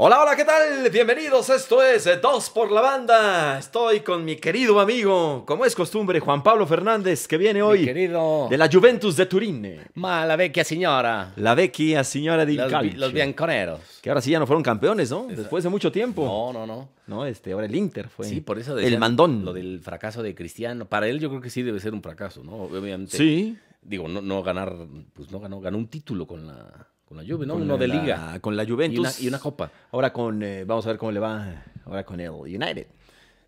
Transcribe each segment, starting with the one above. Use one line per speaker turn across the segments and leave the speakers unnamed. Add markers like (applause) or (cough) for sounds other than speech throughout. Hola, hola, ¿qué tal? Bienvenidos, esto es eh, Dos por la Banda. Estoy con mi querido amigo, como es costumbre, Juan Pablo Fernández, que viene
Mi
hoy
querido.
de la Juventus de Turín.
Ma la vecchia signora.
La vecchia signora di
Los,
calcio.
los bianconeros.
Que ahora sí ya no fueron campeones, ¿no? Después de mucho tiempo.
No, no, no.
No, este, ahora el Inter fue.
Sí, por eso
El
decía
mandón.
Lo del fracaso de Cristiano. Para él yo creo que sí debe ser un fracaso, ¿no? Obviamente.
Sí.
Digo, no, no ganar, pues no ganó, ganó un título con la, con la Juve, ¿no?
Con
Uno de
la-
liga.
Con la
Y una,
Juventus.
y una copa.
Ahora con, eh, vamos a ver cómo le va ahora con el United.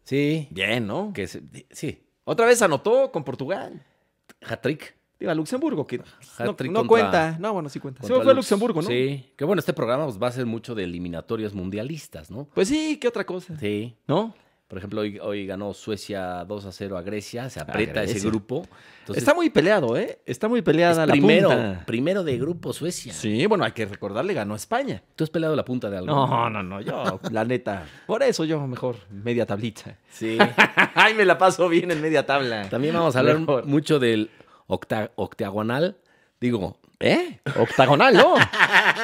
Sí.
Bien, ¿no?
Que se- sí.
Otra vez anotó con Portugal.
Hat-trick.
Iba a Luxemburgo, que no,
Hat-trick
no
contra-
cuenta. No, bueno, sí cuenta. Se
contra
fue a
Lux.
Luxemburgo, ¿no?
Sí. Que bueno, este programa pues, va a ser mucho de eliminatorias mundialistas, ¿no?
Pues sí, ¿qué otra cosa?
Sí.
¿No?
Por ejemplo, hoy, hoy ganó Suecia 2 a 0 a Grecia. Se aprieta ese
Grecia.
grupo. Entonces,
Está muy peleado, ¿eh? Está muy peleada
Es
la
primero,
punta.
primero de grupo Suecia.
Sí, bueno, hay que recordarle, ganó España.
Tú has peleado la punta de algo.
No, no, no, yo, (laughs) la neta. Por eso yo mejor media tablita. (laughs)
Sí.
Ay, me la paso bien en media tabla.
También vamos a hablar
Mejor.
mucho del octa- octagonal. Digo,
¿Eh? Octagonal, (laughs) ¿no?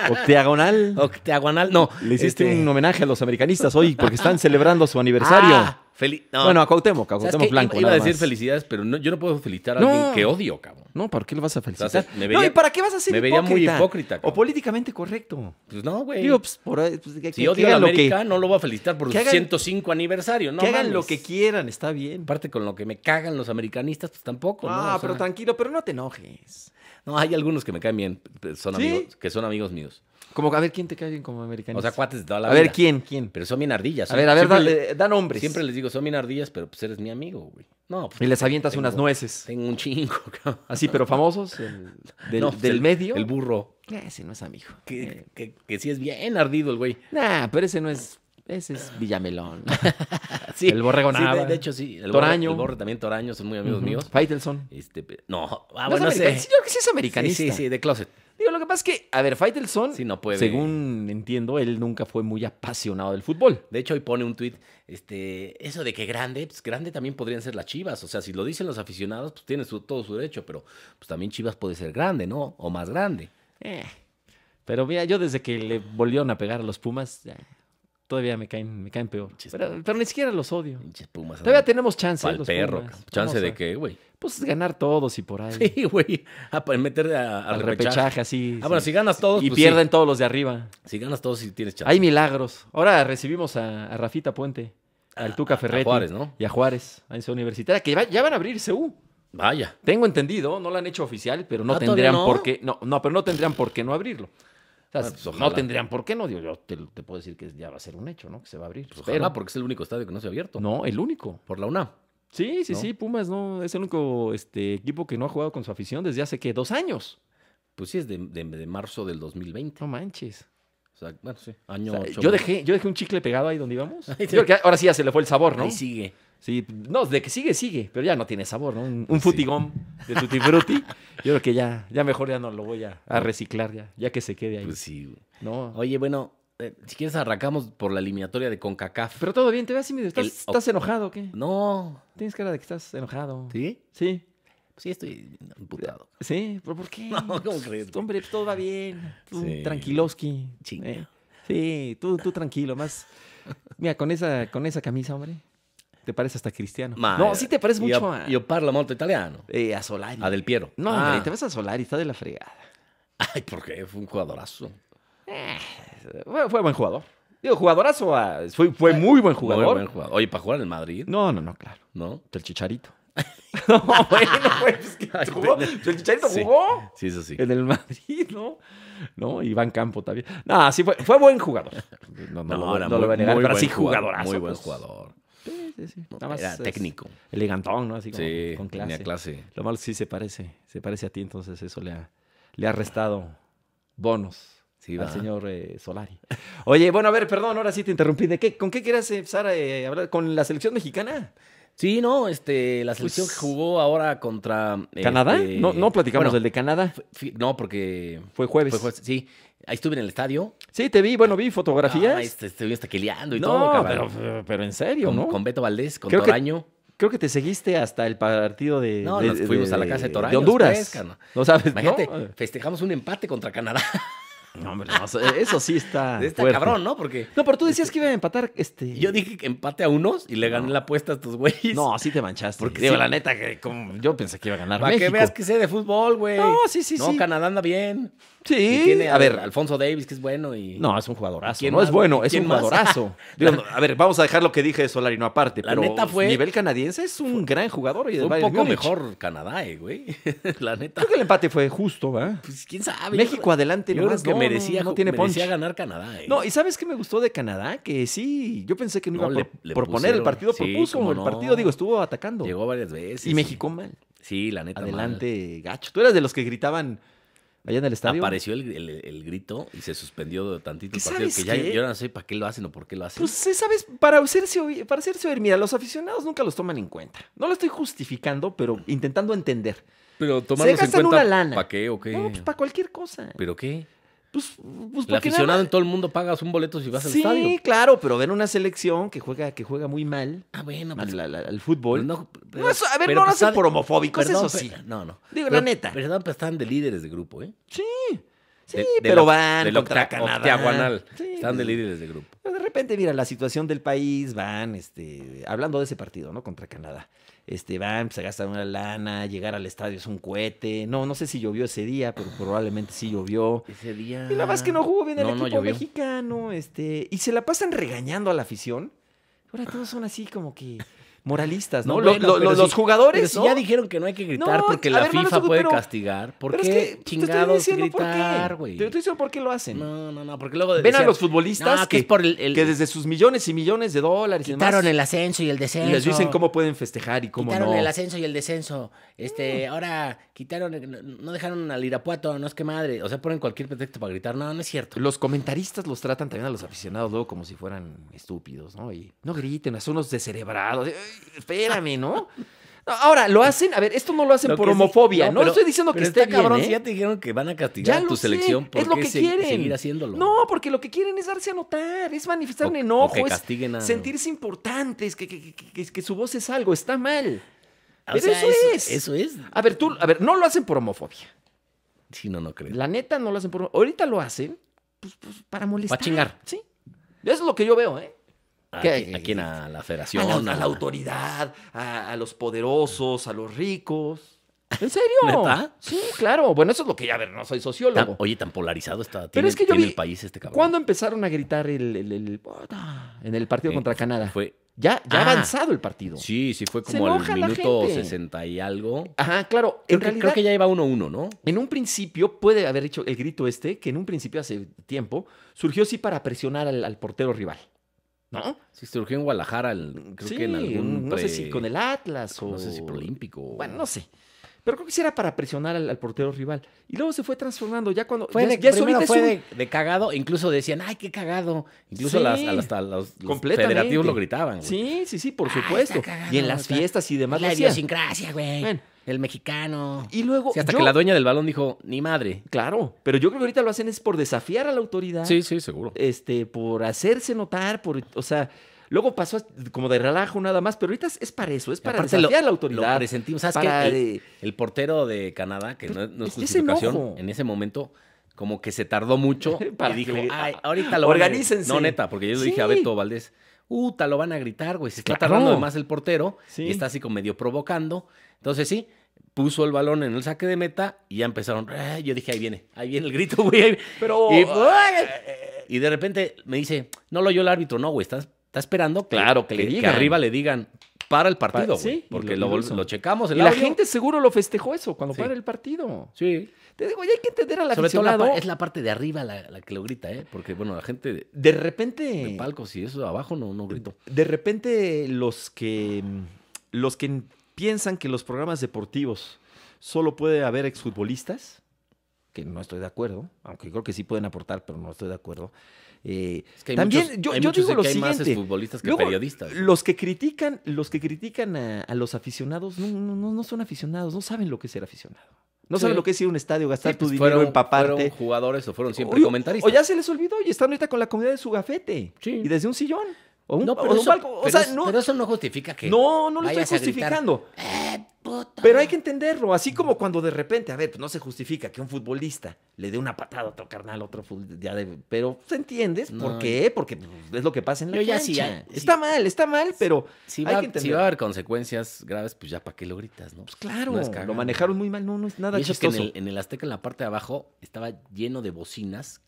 Octagonal.
octagonal, no.
Le hiciste
este-
un homenaje a los americanistas hoy porque están celebrando su aniversario.
Ah, feli- no.
Bueno, a Cuauhtémoc, a
¿Sabes
Cuauhtémoc
qué?
Blanco.
Iba, iba a
nada
decir
más.
felicidades, pero no, yo no puedo felicitar a
No.
alguien que odio, cabrón.
No, ¿para qué lo vas a felicitar?
O sea, me
no,
vería-
¿y para qué vas a ser
me vería muy
hipócrita?
hipócrita,
O
cabrón.
políticamente correcto.
Pues no, güey.
Digo, pues, por ahí, pues, que,
si
que
odio a la
hagan lo que,
América, no lo voy a felicitar por
que
su
hagan-
105 aniversario. No
que hagan
mames.
lo que quieran, está bien.
Aparte con lo que me cagan los americanistas, pues tampoco.
ah,
¿no? O
pero
sea,
tranquilo, pero no te enojes.
no, hay algunos que me caen bien, son
¿Sí?
amigos, que son amigos míos.
Como, a ver, ¿quién te cae bien como americanista?
O sea, cuates de toda la
a ver,
vida.
¿quién? ¿Quién?
Pero son bien ardillas.
A
son-
ver, a ver,
siempre,
da,
le-
eh, dan hombres.
siempre les digo, son bien ardillas, pero pues eres mi amigo, güey. No, pues,
Y les avientas
Tengo-
unas nueces.
tengo un chingo, (laughs) cabrón.
Así, pero famosos. el- del
No, pues,
del
el-
medio. Eh.
El burro.
ese no es amigo.
Que, que, que sí es bien ardido el güey.
Nah, pero ese no es. Ese es Villamelón.
Sí,
el borrego
sí, de-
Nava.
de, hecho, sí. El
Toraño.
Borre, el borre también, Toraño, son muy (laughs) amigos míos.
Faitelson.
Este, pe- no, ah,
No es
bueno, no
american-
sé.
sí, yo creo que sí es
Sí,
americanista.
sí, sí, de closet.
Digo, lo que pasa es que, a ver, Faitelson,
Sí, no puede.
según entiendo, él nunca fue muy apasionado del fútbol.
De hecho, hoy pone un tuit, este, eso de que grande, pues grande también podrían ser las Chivas. O sea, si lo dicen los aficionados, pues tienen su- todo su derecho, pero pues también Chivas puede ser grande, ¿no? O más grande.
Eh, Pero mira, yo desde que le volvieron a pegar a los Pumas, eh, todavía me caen, me caen peor.
Chis-
Pero, pero ni siquiera los odio.
Pinches Pumas.
Todavía
andan
tenemos chance. eh,
pa'l
los
perro,
Pumas.
cabrón. ¿Chance
Vamos
de
a-
qué, güey?
Pues ganar todos y por ahí.
Sí, (laughs) güey. A pa- meter a, al
al
repechaje.
repechaje, así.
Ah, bueno,
sí.
si ganas todos,
y
pues, sí.
pierden todos los de arriba.
Si ganas todos, sí tienes chance.
Hay milagros. Ahora recibimos a, a Rafita Puente, al
Ah, A-
Tuca
a
Ferretti
Juárez, ¿no?
y a Juárez, a Ciudad Universitaria, que ya, ya van a abrir CU.
Vaya.
Tengo entendido, no lo han hecho oficial, pero no
Ah, ¿todavía
tendrían
no?
por qué. No, no, pero no tendrían por qué no abrirlo. O sea,
Ah, pues,
no
ojalá.
tendrían por qué no. Digo, yo te, te puedo decir que ya va a ser un hecho, ¿no? Que se va a abrir.
Pues
Pero-
ojalá, porque es el único estadio que no se ha abierto.
No, el único.
Por la UNAM.
Sí, sí,
¿No?
sí, Pumas no. Es el único este, equipo que no ha jugado con su afición desde hace que dos años.
Pues sí, es de, de- de marzo del 2020.
No manches.
O sea, bueno, sí.
O
Año
sea,
ocho
yo
meses.
dejé, yo dejé un chicle pegado ahí donde íbamos.
Ahí
Yo creo que ahora sí ya se le fue el sabor, ¿no?
Ahí sigue.
Sí, no, de que sigue, sigue, pero ya no tiene sabor, ¿no? Un, un futigón de
(laughs)
Tutti Frutti. Yo creo que ya, ya mejor ya no lo voy a, a reciclar, ya, ya que se quede ahí.
Pues sí, güey.
no.
Oye, bueno, eh, si quieres arrancamos por la eliminatoria de CONCACAF.
Pero todo bien, te ves así medio. ¿Estás,
El-
estás enojado o qué?
No.
Tienes cara de que estás enojado.
¿Sí?
Sí.
Sí, estoy imputado.
Sí, pero ¿por qué?
(laughs)
Pues,
No, ¿cómo crees?
Hombre, todo va bien. Tú
Sí.
tranquiloski.
Chinga.
¿eh? Sí, tú, tú tranquilo. Más. Mira, con esa, con esa camisa, hombre. Te parece hasta cristiano.
Ma-
no, sí te pareces
io-
mucho a,
Io parlo molto italiano.
eh, a Solari.
A Del Piero.
No,
Ah.
hombre, te vas a Solari, está de la fregada.
Ay, porque fue un jugadorazo.
Fue, fue buen jugador. Digo, jugadorazo. ah, Fue, fue muy buen
Muy
jugador.
buen jugador. Oye, para jugar en el Madrid,
No, no, no, claro.
¿no?
El
(laughs)
chicharito. no, bueno, pues que
Ay,
jugó.
te-
El chicharito
Sí.
jugó.
Sí, eso sí.
en el Madrid, ¿no? No, Iván Campo también. No, sí fue, fue buen jugador. No, no, lo, voy-
era
no lo voy a negar, pero
buen
sí
jugador,
jugadorazo.
Muy buen
pues.
jugador.
Sí, sí, sí. Nada más
era
es
técnico.
Elegantón, ¿no? Así como
Sí,
con clase.
tenía clase.
Lo malo es que sí se parece, se parece a ti, entonces eso le ha, le ha restado bonos
Sí,
al
va.
señor eh, Solari. Oye, bueno, a ver, perdón, ahora sí te interrumpí. ¿De qué, ¿Con qué quieras empezar a eh, hablar? ¿Con la selección mexicana?
Sí, no, este, la selección
Pues-
que jugó ahora contra...
¿Canadá?
este,
No, no platicamos del Pues-
bueno,
de Canadá.
fi- No, porque...
Fue jueves.
fue jueves, Sí, ahí estuve en el estadio.
Sí, te vi, bueno, vi fotografías.
Ah, este, estuve hasta queleando y
no,
todo, cabrón.
pero, pero en serio,
con,
¿no?
con Beto Valdés, con
Creo que-
Toraño.
Creo que te seguiste hasta el partido de.
No,
de-
nos
de-
fuimos a la casa de Toraños,
Honduras.
pues, carnal.
no eh. sabes, ¿no?
Imagínate, festejamos un empate contra Canadá.
No, hombre, no, eso- eso sí está.
(laughs) Está
Ah, fuerte.
cabrón, ¿no? Porque
No, pero tú decías que iba a empatar este.
yo dije que empate a unos y le gané la apuesta a tus güeyes.
No, así te manchaste.
Porque
Digo,
sí.
la neta, que como- yo pensé que iba a ganar
Para
México.
que veas que sé de fútbol, güey.
No, sí, sí,
No,
sí.
Canadá anda bien.
Sí,
Y tiene,
a ver.
Alfonso Davis, que es bueno y...
No, es un jugadorazo.
¿Quién
No
más,
es bueno,
güey?
es un
¿Quién más? (laughs)
jugadorazo. Digo, no, a ver, vamos a dejar lo que dije de Solari, no aparte.
La
pero
neta fue-
Nivel canadiense es un gran jugador y
Fue
de
un
Bayern
poco
Múnich.
mejor Canadá, eh, güey. (laughs) la neta.
Creo que el empate fue justo, ¿verdad?
Pues quién sabe.
México adelante,
Yo creo
nomás.
que
No, no,
merecía,
no tiene
merecía
punch.
ganar Canadá, eh.
No, ¿y sabes qué me gustó de Canadá? Que sí, yo pensé que no,
No,
iba a
le-
pro-
le
proponer el
pusieron-
partido,
sí,
propuso.
cómo
el
no.
partido, digo, estuvo atacando.
Llegó varias veces.
y México mal.
Sí, la neta. mal.
Adelante, gacho. Tú eras de los que gritaban allá en el estadio.
Apareció el, el- el grito y se suspendió de tantito el
¿Qué
partido. Que
sabes
ya,
qué?
yo no sé para qué lo hacen o por qué lo hacen.
Pues, sí, ¿sabes? Para hacerse oír, para hacerse oír, mira, los aficionados nunca los toman en cuenta. No lo estoy justificando, pero intentando entender.
pero
tomarlos en gastan cuenta, una lana.
¿Para qué o qué?
No, pues para cualquier cosa.
¿Pero qué?
Pues, pues
El
porque
aficionado
nada-
en todo el mundo pagas un boleto si vas al
Sí,
estadio.
claro, pero ven una selección que juega, que juega muy mal
Ah, bueno,
al,
pues,
al- al
pero
fútbol.
no, pero-
No, eso- a ver, no
pero
lo
pues
hacen
está-
por homofóbicos,
perdón,
eso sí.
pero- No, no.
Digo,
Pero-
la neta.
Perdón, pero están de líderes de grupo, ¿eh?
Sí,
De- de
pero
la-
van
del
contra
octa-
Canadá.
octagonal.
Sí,
Están de
pues,
líderes de grupo.
Pero de repente, mira, la situación del país, van, este, hablando de ese partido, ¿no? Contra Canadá. Este, van, se gastan una lana, llegar al estadio es un cohete. No, no sé si llovió ese día, pero probablemente sí llovió.
Ese día.
Y la verdad es que no jugó bien el
No, no
equipo
llovió.
mexicano, este, y se la pasan regañando a la afición. Ahora todos son así como que moralistas, ¿no? Lo-
Pues bueno,
lo-
pero
lo-
si-
los jugadores,
pero si
¿no?
ya dijeron que no hay que gritar
No,
porque
a
la
ver, no lo
FIFA
supe,
puede
pero-
castigar. ¿Por
Pero es
qué
que te estoy
chingados
diciendo por qué.
gritar,
Te
güey?
estoy diciendo por qué lo hacen.
No, no, no, porque luego
Ven a
decían,
los futbolistas
"No,
que,
es por el, el-
que desde sus millones y millones de dólares y demás,
quitaron el ascenso y el descenso.
y les dicen cómo pueden festejar y cómo
quitaron
no. Mm.
el ascenso y el descenso. Este, ahora quitaron, el- no- no dejaron al Irapuato, no es que madre. O sea, ponen cualquier pretexto para gritar. No, no es cierto.
Los comentaristas los tratan también a los aficionados luego como si fueran estúpidos, ¿no? Y no griten, son unos descerebrados. Ay, Espérame, ¿no? (laughs) No, Ahora, lo hacen, a ver, esto no lo hacen
Lo
por
que sí-
homofobia, ¿no?
pero-
estoy diciendo que
pero
esté
está cabrón,
bien, ¿eh?
si ya te dijeron que van a castigar
Ya
a
lo
tu
sé,
selección, ¿por
es lo
qué
que
se-
quieren.
seguir haciéndolo?
No, porque lo que quieren es darse a notar, es manifestar
O-
un
o
enojo,
que
es
castiguen a-
sentirse importantes, que, que- que- que- que su voz es algo, está mal.
Ah, O
Pero
sea,
eso, es.
Eso es.
A ver, tú, a ver, no lo hacen por homofobia.
Sí, no, no creo.
La neta no lo hacen por Ahorita lo hacen pues, pues, para molestar.
Pa' chingar.
Sí. Eso es lo que yo veo, ¿eh?
¿A,
¿Qué?
qui- a quién? A la
A
federación.
la, a
a-
la autoridad, a, a los poderosos, a los ricos. ¿En serio?
¿Neta?
Sí, claro. Bueno, eso es lo que ya, a ver, no soy
Tan-
sociólogo.
oye, tan polarizado está. Tiene,
es que yo
tiene
vi-
el país este cabrón.
¿Cuándo empezaron a gritar el, el- el- en el partido
Eh,
contra Canadá?
Fue,
Ya, ya
Ah.
avanzado el partido.
sí, sí, fue
Se
como
enoja
al
la
minuto
gente.
60 y algo.
Ajá, claro.
Creo,
en
que,
realidad,
creo que ya iba 1-1, ¿no?
en un principio puede haber hecho el grito este, que en un principio hace tiempo surgió sí para presionar al, al portero rival. ¿No?
Sí, surgió en Guadalajara, el- creo
sí,
que en algún.
no sé
pre-
si con el Atlas o.
No sé si preolímpico. o-
Bueno, no sé. Pero creo que sí era para presionar al, al portero rival. Y luego se fue transformando. Ya cuando.
Fue
ya,
de,
ya eso
primero
ahorita es
fue
un-
de, de cagado, incluso decían, ay, qué cagado. Incluso
Sí.
las- a las- hasta los, los
Completamente.
federativos lo gritaban. güey.
Sí, sí, sí, por
Ah,
supuesto.
está cagado,
y en las
está-
fiestas y demás.
Es la
lo hacían.
idiosincrasia, güey.
Bueno.
El mexicano.
Y luego.
Sí, hasta
yo-
que la dueña del balón dijo, ni madre.
Claro, pero yo creo que ahorita lo hacen es por desafiar a la autoridad.
Sí, sí, seguro.
Este, por hacerse notar, por. O sea. Luego pasó a- como de relajo nada más, pero ahorita es, es para eso, es para
aparte
desafiar a la
Lo
autoridad.
presentimos. ¿Sabes
para
qué? El,
de-
el portero de Canadá, que no, no
Es
es
que es
justificación,
enojo.
en ese momento como que se tardó mucho
(laughs) Para
y dijo,
que-
ay, ahorita lo van a gritar".
Organícense.
No, neta, porque yo le dije a
Sí.
Beto Valdés, uta, lo van a gritar, güey. Se está
Claro.
tardando de más el portero
Sí.
y está así como medio provocando. Entonces sí, puso el balón en el saque de meta y ya empezaron. "Ah", Yo dije, ahí viene, ahí viene el grito, güey. ahí viene".
Pero.
Y, ¡ay! Y de repente me dice, no lo oyó el árbitro, no, güey, está, está esperando
Claro, que le digan.
arriba le digan, para el partido,
Pa- sí,
güey,
y
porque
lo-
lo,
y lo
vol-
hizo.
lo checamos, el
Y la
audio.
gente seguro lo festejó eso cuando
Sí.
para el partido.
Sí,
Te digo, ya hay que entender al
sobre todo la
aficionado.
pa- es la parte de arriba la, la que lo grita, ¿eh? Porque, bueno, la gente de,
De
de
repente,
palcos y eso de abajo no, no gritó.
de repente los que los que piensan que los programas deportivos solo puede haber exfutbolistas, que no estoy de acuerdo, aunque creo que sí pueden aportar, pero no estoy de acuerdo. eh,
Es que hay
También,
muchos-
yo-
hay
yo
muchos
digo
que
lo
hay más
siguiente.
futbolistas que
Luego,
periodistas.
los que critican, los que critican a, a los aficionados no, no- no- no son aficionados, no saben lo que es ser aficionado. No
Sí.
saben lo que es ir a un estadio, gastar
Sí,
tu
pues,
dinero,
fueron-
empaparte.
fueron jugadores o fueron siempre
O-
comentaristas.
O ya se les olvidó y están ahorita con la comida de su gafete.
Sí.
Y desde un sillón. O un,
no,
o
pero
un
eso,
balcón. O
pero
sea,
es-
no,
pero eso no justifica que
no, no lo estoy
vayas a gritar,
justificando.
puta.
Pero hay que entenderlo, así como cuando de repente, a ver, pues no se justifica que un futbolista le dé una patada a otro carnal, otro fut- ya de- pero ¿se entiendes? ¿Por
No.
qué? Porque pues, es lo que pasa en la
Yo ya
cancha.
sí, ya- sí.
está mal, está mal, pero
Si
hay
va,
que
si
entender.
va a haber consecuencias graves, pues ya para qué lo gritas, ¿no?
pues claro,
No es cagado.
lo manejaron muy mal, no, no es nada
Y eso que en
chistoso.
el, en el Azteca, en la parte de abajo, estaba lleno de bocinas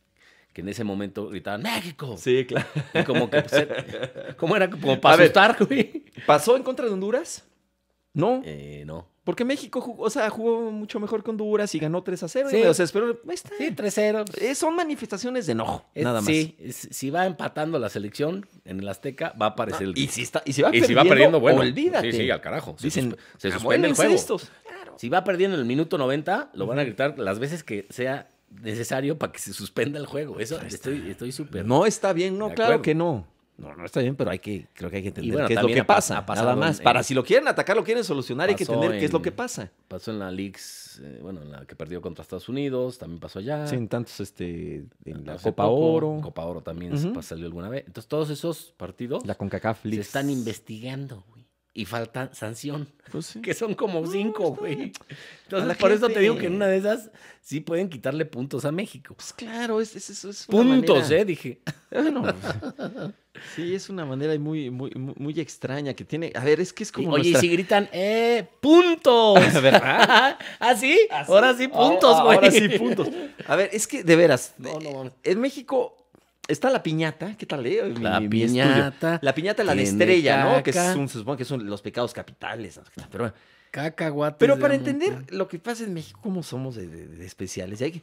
que en ese momento gritaban ¡México!
Sí, claro.
Y como que, pues, era- como era como para
A ver.
asustar, güey.
¿Pasó en contra de Honduras? No.
Eh, no.
Porque México jugó, o sea, jugó mucho mejor que Honduras y ganó 3 a 0.
Sí.
O sea, espero. ahí está.
Sí, 3-0.
Eh, son manifestaciones de enojo,
Es-
nada más.
Sí, es- si va empatando la selección en el Azteca, va a aparecer el
Ah, Y
grito.
si, está, y si va
Y
perdiendo,
si va perdiendo, bueno,
olvídate.
Sí, sí, al carajo. Se,
Dicen, "Ah,
suspe- se
"Abuelos
suspende el juego.
estos".
Si va perdiendo en el minuto 90, lo van a gritar las veces que sea necesario para que se suspenda el juego. Eso estoy estoy súper.
No está bien, no,
De
claro
acuerdo.
que no. No, no está bien, pero hay que, creo que hay que entender
bueno,
qué es lo
también
que
ha pa-
pasa,
ha pasado
nada más.
en-
Para si lo quieren atacar, lo quieren solucionar, hay que
Pasó
entender qué es lo
en-
que pasa.
Pasó en la Leaks, eh, bueno, en la que perdió contra Estados Unidos, también pasó allá.
Sí, en tantos, este, en la
Ah. Hace
Copa
poco,
Oro,
Copa Oro también
Ujú.
se pas- salió alguna vez. Entonces, todos esos partidos
la CONCACAF
se
Leagues.
están investigando, güey. Y falta sanción. (laughs)
Pues sí.
que son como
No,
cinco,
está
güey.
bien. A la
Entonces, por eso te
gente.
digo que en una de esas sí pueden quitarle puntos a México.
Pues claro, es, es, es- es una
Puntos,
manera-
eh, (laughs) dije.
(laughs) Bueno, pues, sí, es una manera muy, muy, muy, muy extraña que tiene. A ver, es que es como.
Oye, y
nuestra- (laughs)
si gritan, eh, (laughs) puntos. ¿Verdad? ¿Ah, sí? Oh, Ah, Ahora sí, puntos, güey.
Ahora sí, puntos. (laughs) A ver, es que de veras,
(laughs) No, no, mames.
en México está la piñata, ¿qué tal? eh? Mi-
La
mi- mi estudio.
piñata,
La piñata, la de
tiene
estrella, ¿no? Que
caca.
es un, se supone que son los pecados capitales. ¿no? Pero, bueno.
cacahuates.
Pero
de
para
la montaña.
entender lo que pasa en México, cómo somos de, de- de especiales, hay que-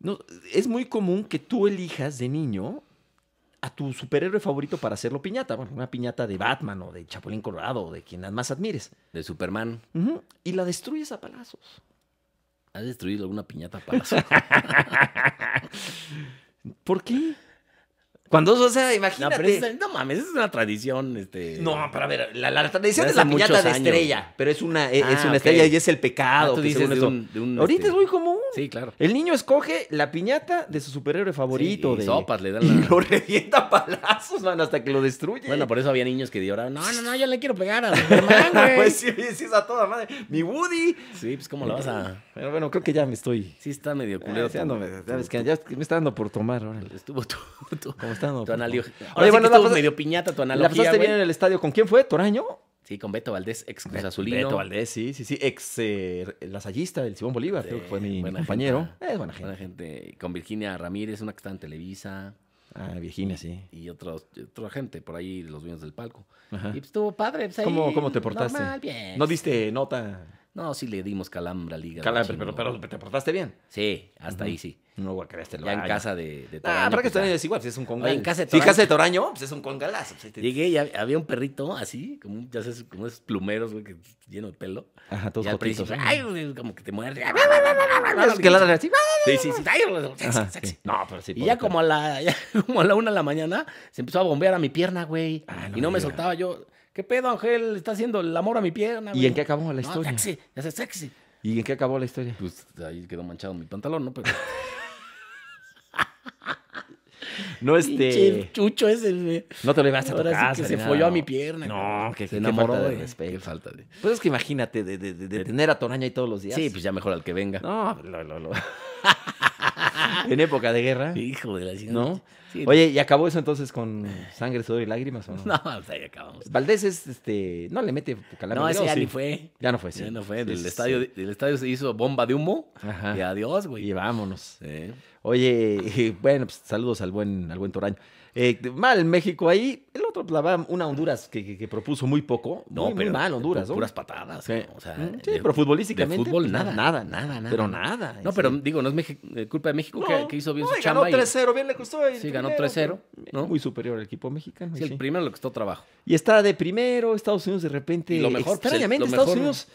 no, es muy común que tú elijas de niño a tu superhéroe favorito para hacerlo piñata. Bueno, una piñata de Batman o de Chapulín Colorado o de quien más admires.
De Superman.
Ujú. Y la destruyes a palazos.
¿Has destruido alguna piñata para
(laughs) ¿Por qué? Cuando, o sea,
(laughs) No,
imagínate.
pero es- no mames, es una tradición, este.
No, pero a ver, la, la tradición
Desde
es la
hace
piñata
muchos
de
años.
estrella, pero es una, e- es,
Ah,
una
ok.
estrella y es el
Ah,
pecado.
tú
que
dices
según
de
eso-
un, de un,
Ahorita
este-
es muy común.
Sí, claro.
El niño escoge la piñata de su superhéroe favorito.
Sí, y
de...
sopas le dan
Y
la-
lo revienta a palazos, man, hasta que lo destruye. (laughs)
Bueno, por eso había niños que lloraban. No, no, no, yo le quiero pegar a Superman,
(laughs)
güey.
pues sí, sí es a toda madre. Mi Woody.
Sí, pues cómo la vas a...
Pero bueno, creo que ya me estoy.
Sí está medio culero.
Ah, sí, ando-
tu-
sabes
tu-
que ya me está dando por tomar, órale.
Estuvo tu, tu,
Como está dando
tu
por
analogía.
tomar.
Ahora sí
pues, bueno,
que
la
estuvo
pas-
medio piñata tu
La
analogía,
pasaste
güey.
bien en el estadio. ¿Con quién fue? ¿Toraño?
Sí, con Beto Valdés, ex Cruz Azulino.
Beto Valdés, sí, sí, sí. Ex eh, lasallista del Simón Bolívar, creo que fue mi, mi
Buena
compañero.
gente.
Es buena gente.
Buena gente. Con Virginia Ramírez, una que está en Televisa.
Ah, Virginia, sí.
Y otros, otra gente por ahí, los dueños del palco.
Ajá.
Y pues estuvo padre. Pues, ahí,
¿Cómo, cómo te portaste?
normal, bien.
¿No diste nota?
No, sí le dimos calambra, liga.
Cala,
machín,
pero,
¿no?
pero te portaste bien.
Sí, hasta ahí sí.
No guacareaste el
Ya en
baño.
casa de, de
Ah, para
Toraño,
que
pues, ya.
Toraño es igual, pues es un congal.
Oye, en casa de
Si en
Toraño-
casa de Toraño, pues es un congalazo. pues, ahí te-
Llegué y hab- había un perrito así, como un- ya sabes, como esos plumeros, güey, que lleno de pelo.
Ajá, todos
y al
jotitos.
principio, ay, güey, como que te muerde.
(laughs) Es que ladran así.
Sí, sí, sí. Ay,
Ajá,
sí,
sí.
sí.
No, pero sí.
Y ya como, a la, (laughs) ya como a la una de la mañana se empezó a bombear a mi pierna, güey.
Ah, no
y no
me
me
digas.
soltaba yo. ¿Qué pedo, Ángel? Está haciendo el amor a mi pierna,
¿Y en qué acabó la historia?
No, sexy, ya sé, sexy.
¿Y en qué acabó la historia?
Pues ahí quedó manchado mi pantalón, ¿no? Pero
No,
pinche
(laughs) este.
chucho ese, güey.
No te lo ibas a tu
Ahora sí
casa
que
ni
se
nada,
folló a
no.
mi pierna.
No,
güey.
que
se enamoró
de
de Qué
respeto.
falta de...
Pues es que imagínate de, de- de- de tener a Toraño ahí todos los días.
Sí, pues ya mejor al que venga.
No, lo, lo, lo. en época de guerra.
Hijo de la chingada.
¿No?
Sí,
Oye, ¿y acabó eso entonces con sangre, sudor y lágrimas o no?
(laughs) No, pues ahí acabamos.
Valdés es, este, no le mete calambre.
No, ese
¿o
ya
sí?
ni fue.
Ya no fue, sí.
Ya no fue.
Sí,
Del
sí,
estadio,
sí.
del estadio se hizo bomba de humo.
Ajá.
Y adiós, güey.
Y vámonos.
Sí.
Oye, (laughs) y bueno, pues saludos al buen, al buen Toraño. Eh, mal México ahí, el otro, la va- una Honduras que, que- que propuso muy poco.
No,
muy, muy
pero
mal Honduras,
pu-
¿no?
Puras patadas.
Sí.
¿no? O sea,
Mm, sí,
de-
pero futbolísticamente.
de fútbol,
pues,
nada.
Nada,
Nada, nada,
Pero
nada.
nada.
No,
sí.
pero digo, no es Meji- eh, culpa de México que,
No,
que hizo bien
no,
su
y
chamba. y-
Ganó 3-0, bien le costó. el
Sí, ganó
primero,
3-0,
pero
¿no?
Muy superior al equipo mexicano.
sí,
sí.
el primero le costó trabajo.
Y está de primero, Estados Unidos de repente.
Y lo mejor, pues, el-
extrañamente,
lo
Estados
mejor-
Unidos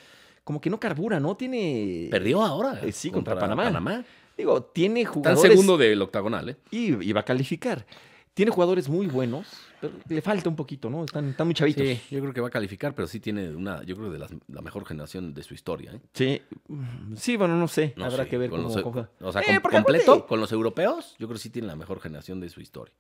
como que no carbura, ¿no? Tiene.
Perdió ahora.
Eh, sí, contra Panamá. Digo, tiene
Está en
jugadores.
segundo del octagonal, ¿eh?
Y, y va a calificar. Tiene jugadores muy buenos, pero le falta un poquito, ¿no? Están, están muy chavitos.
Sí, yo creo que va a calificar, pero sí tiene una, yo creo de las- la mejor generación de su historia, ¿eh?
Sí, Mm, sí, bueno, no sé.
No
Habrá
sé,
que ver
con
cómo.
los- e-
cómo-
O sea,
Eh,
com-
porque
completo
aparte-
con los europeos, yo creo que sí tienen la mejor generación de su historia.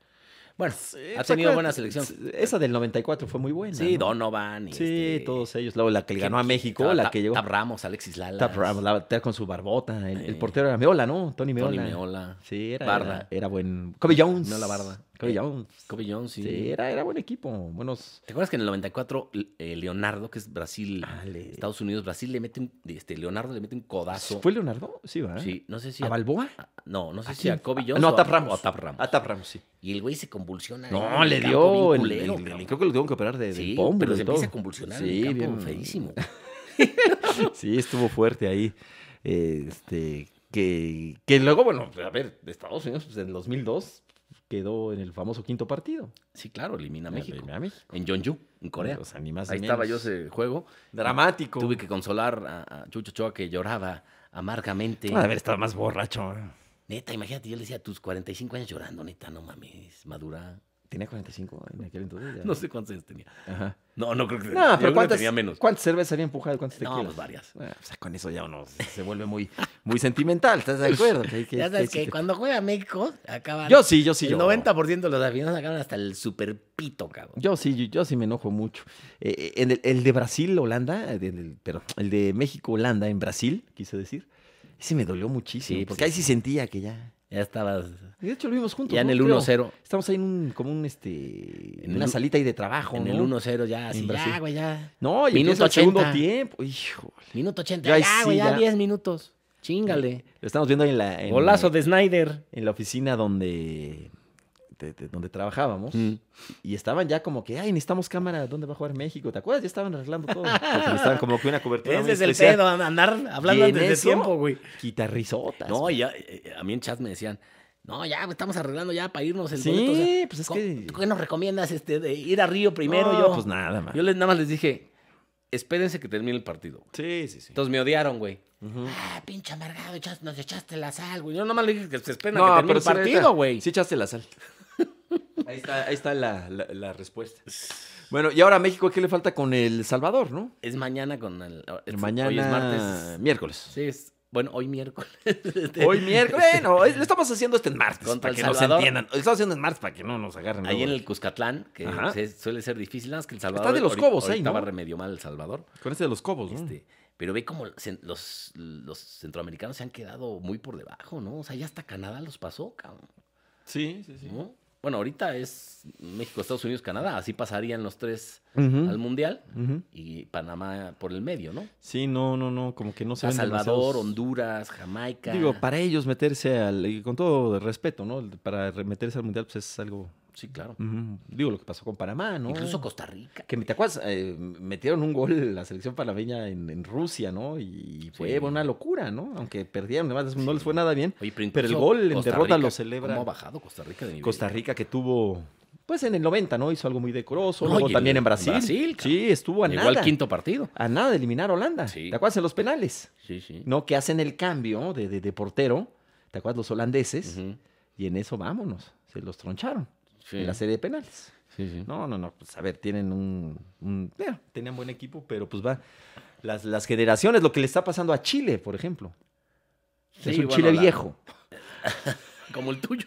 Bueno,
Sí,
ha
pues,
tenido
acuérdate,
buena selección.
Esa del 94 fue muy buena.
Sí,
¿no?
Donovan. y
Sí,
este,
todos ellos. Luego la que le ganó a
¿quién-
México,
Ta-
la
Ta-
que llegó.
Tab Ramos, Alexis Lala.
Tap Ram, la batalla con su barbota. El, el
Eh.
portero era Meola, ¿no? Tony Meola.
Tony Meola.
Sí, era,
Barda.
era. era buen. Kobe Jones.
Meola Barda.
Kobe
Eh,
Jones.
Kobe Jones, sí.
Sí, era, era buen equipo. Buenos.
¿Te acuerdas que en el 94 eh, Leonardo, que es Brasil,
Ale.
Estados Unidos, Brasil le mete un, este, Leonardo le mete un codazo.
¿Fue Leonardo? Sí, ¿verdad?
Sí, no sé si
¿A
a-
Balboa?
a- no, no sé
¿A
si
quién?
a Kobe
Ah,
Jones
No,
o
a Tap Ramos.
o a Tap Ramos.
A Tap Ramos, sí.
Y el güey se convulsiona. ahí en
No,
el
le
campo,
dio.
bien
el-
culero,
el- el-
cabrón.
creo que lo tuvieron que operar de, de
Sí,
pómulo
pero
y
se empieza
todo.
a convulsionar
Sí,
en el campo,
bien-
feísimo.
Sí, estuvo fuerte ahí. Eh, Este, que, que luego, bueno, a ver, de Estados Unidos, pues en el 2002 quedó en el famoso quinto partido.
Sí, claro, elimina a México.
A México.
En Jeonju, en Corea.
O sea, ni más ni
Ahí estaba yo
menos.
ese juego.
Dramático.
Tuve que consolar a, a Chucho Choa que lloraba amargamente.
Ah, A ver, estaba más borracho. ¿eh?
Neta, imagínate, yo le decía a tus 45 años llorando, neta, no mames, madura.
Tenía 45 en aquel entonces. ya.
No sé cuántos años tenía.
Ajá.
No, no creo que
No,
yo creo
pero
que
¿cuántas,
tenía menos.
¿cuántas cervezas había empujado? ¿Cuántas
No,
tequilas?
pues varias.
Ah, pues, con eso ya
(laughs)
uno se se vuelve muy, muy sentimental, ¿estás de acuerdo? Que hay que-
ya sabes
que-
que cuando juega México, acaban.
Yo sí, yo sí.
el
lloro.
90% de los aficionados acaban hasta el super pito, cabrón.
Yo sí, yo, yo sí me enojo mucho. Eh, eh, en el, el de Brasil, Holanda, eh, del- del- perdón, el de México, Holanda, en Brasil, quise decir. Ese me dolió muchísimo.
Sí, pues
porque
sí,
ahí sí sentía que ya.
Ya estabas.
Y De hecho, lo vimos juntos.
Ya en
¿no?
el
Creo.
1-0.
Estamos ahí en un, como un, este,
En
en una
el-
salita ahí de trabajo.
En el
¿no?
1-0 ya, así,
Brasil.
ya, güey, ya.
No, y
Minuto
empieza el segundo
80.
tiempo. Hijo,
Minuto 80,
Ya,
ya,
sí,
güey, ya
ya.
10 minutos. Chingale.
lo estamos viendo ahí en la, en,
Golazo de Snyder.
en la oficina donde, de- de- donde trabajábamos.
Mm.
Y estaban ya como que, ay, necesitamos cámara, ¿dónde va a jugar México? ¿Te acuerdas? Ya estaban arreglando todo. (laughs) Porque estaban como que una cobertura muy
Ese es el
especial.
pedo, andar hablando
Y en
antes de
eso,
tiempo, güey.
Guitarrisotas.
No,
güey.
ya, eh, eh, a mí en chat me decían, no, ya pues, estamos arreglando ya para irnos el
Sí,
boleto, o sea,
pues es
¿co-
que-
¿tú ¿Qué nos recomiendas este, de ir a Río primero?
No,
yo
Pues nada, más.
yo les, nada más les dije, espérense que termine el partido.
Sí, sí, sí.
Entonces me odiaron, güey.
Ujú.
Ah, pinche amargado, echas- nos echaste la sal, güey. Yo nada más le dije que se esperen a
No,
que
pero
termine el partido, güey.
Sí echaste la sal. (laughs) Ahí está, ahí está la, la- la respuesta. (laughs) Bueno, y ahora a México, ¿qué le falta con El Salvador, no?
Es mañana con el... es-
Mañana,
Hoy es martes.
miércoles.
(laughs) Sí, es... Bueno, hoy miércoles.
Hoy miércoles. Bueno, hoy- lo estamos haciendo este en martes. para
Contra El
que nos
Salvador.
entiendan. Lo estamos haciendo en martes para que no nos agarren.
Ahí en
luego.
el Cuscatlán, que
Ajá.
se- suele ser difícil, nada más que El Salvador...
de los
ahorita-
Cobos ahí,
ahorita
¿no?
va remedio mal El Salvador.
Con este de los cobos, ¿no?
Este, pero ve cómo cen- los, los centroamericanos se han quedado muy por debajo, ¿no? O sea, ya hasta Canadá los pasó, cabrón.
Sí, sí, sí.
¿no? Bueno, ahorita es México, Estados Unidos, Canadá. Así pasarían los tres
Ujú,
al Mundial
ujú.
y Panamá por el medio, ¿no?
Sí, no, no, no. Como que no
O
se
sea,
ven
Salvador,
demasiados-
Honduras, Jamaica.
Digo, para ellos meterse al. y con todo el respeto, ¿no? Para re- meterse al mundial, pues es algo.
Sí, claro.
ujú, Digo, lo que pasó con Panamá, ¿no?
Incluso Costa Rica.
Que te acuerdas, Eh, metieron un gol la selección panameña en, en Rusia, ¿no? Y fue
Sí.
una locura, ¿no? Aunque perdieron, además no
Sí.
les fue nada bien.
Oye, pero,
Pero el
incluso
gol en
Costa
derrota
Rica,
lo celebra-
¿Cómo ha bajado Costa Rica de nivel?
Costa Rica que tuvo, pues en el 90, ¿no? Hizo algo muy decoroso.
No,
Luego
y en-
también en
en
Brasil.
Brasil, cabrón.
sí, estuvo a
Llegó
nada.
al quinto partido.
A nada de eliminar a Holanda.
Sí.
¿Te acuerdas en los penales?
Sí, sí.
¿No? Que hacen el cambio de, de- de portero. ¿Te acuerdas los holandeses?
Ujú.
Y en eso vámonos. Se los troncharon
Sí.
en la serie de penales.
Sí, sí.
No, no, no. Pues a ver, tienen un. un- mira, tenían buen equipo, pero pues va. Las, las generaciones, lo que le está pasando a Chile, por ejemplo.
Sí,
es un
bueno,
Chile
la-
viejo.
Como el
(laughs)
tuyo.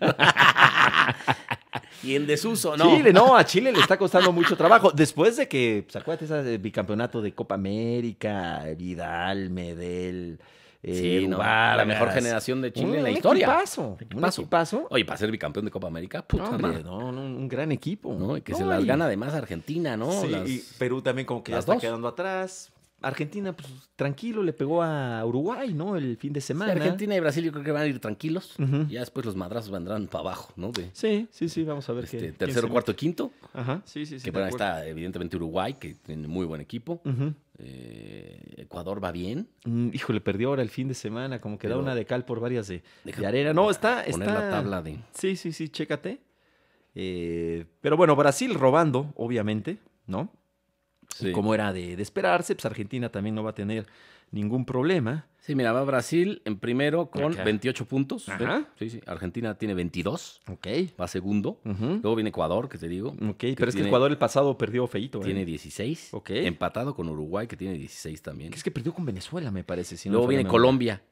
y en desuso, ¿no?
Chile, no, a Chile le
(laughs)
está costando mucho trabajo. Después de que, pues, acuérdate, ese bicampeonato de Copa América, Vidal, Medel, eh,
Sí, no,
Ubarra,
la mejor
Garas.
generación de Chile
Un-
en la
un
historia.
Equipazo, un
Equipazo.
equipazo.
Oye, para ser bicampeón de Copa América, puta
No, hombre,
madre.
no, no, un gran equipo.
¿no? Y que
No,
se las
y-
gana además Argentina, ¿no?
Sí,
Las-
y Perú también como que ya
las
está
dos.
quedando atrás. Argentina, pues tranquilo, le pegó a Uruguay, ¿no? El fin de
Sí,
semana.
Argentina y Brasil yo creo que van a ir tranquilos.
Ujú.
Ya después los madrazos vendrán para abajo, ¿no? De
Sí, sí, sí, vamos a ver
este,
qué. quién se
tercero, cuarto, quinto.
mete. Ajá, sí, sí, sí. de
que bueno,
acuerdo.
está evidentemente Uruguay, que tiene muy buen equipo.
Ujú.
Eh, Ecuador va bien.
Mm, Híjole, perdió ahora el fin de semana, como que
Pero-
da una de cal por varias de,
Deja
de arena. No, está,
Poner
está-
la tabla de...
Sí, sí, sí, chécate. Eh, pero bueno, Brasil robando, obviamente, ¿no?
Sí.
Como era de, de esperarse, pues Argentina también no va a tener ningún problema.
Sí, mira, va Brasil en primero con
Acá.
28 puntos. ¿ve?
Ajá.
Sí, sí. Argentina tiene 22,
Ok.
va segundo.
Ujú.
Luego viene Ecuador, que te digo,
Ok, pero es que
tiene-
Ecuador el pasado perdió feito. ¿eh?
tiene 16.
Ok.
Empatado con Uruguay, que tiene 16 también.
Que Es que perdió con Venezuela, me parece. Si no me
Luego
falla
viene
la
Colombia.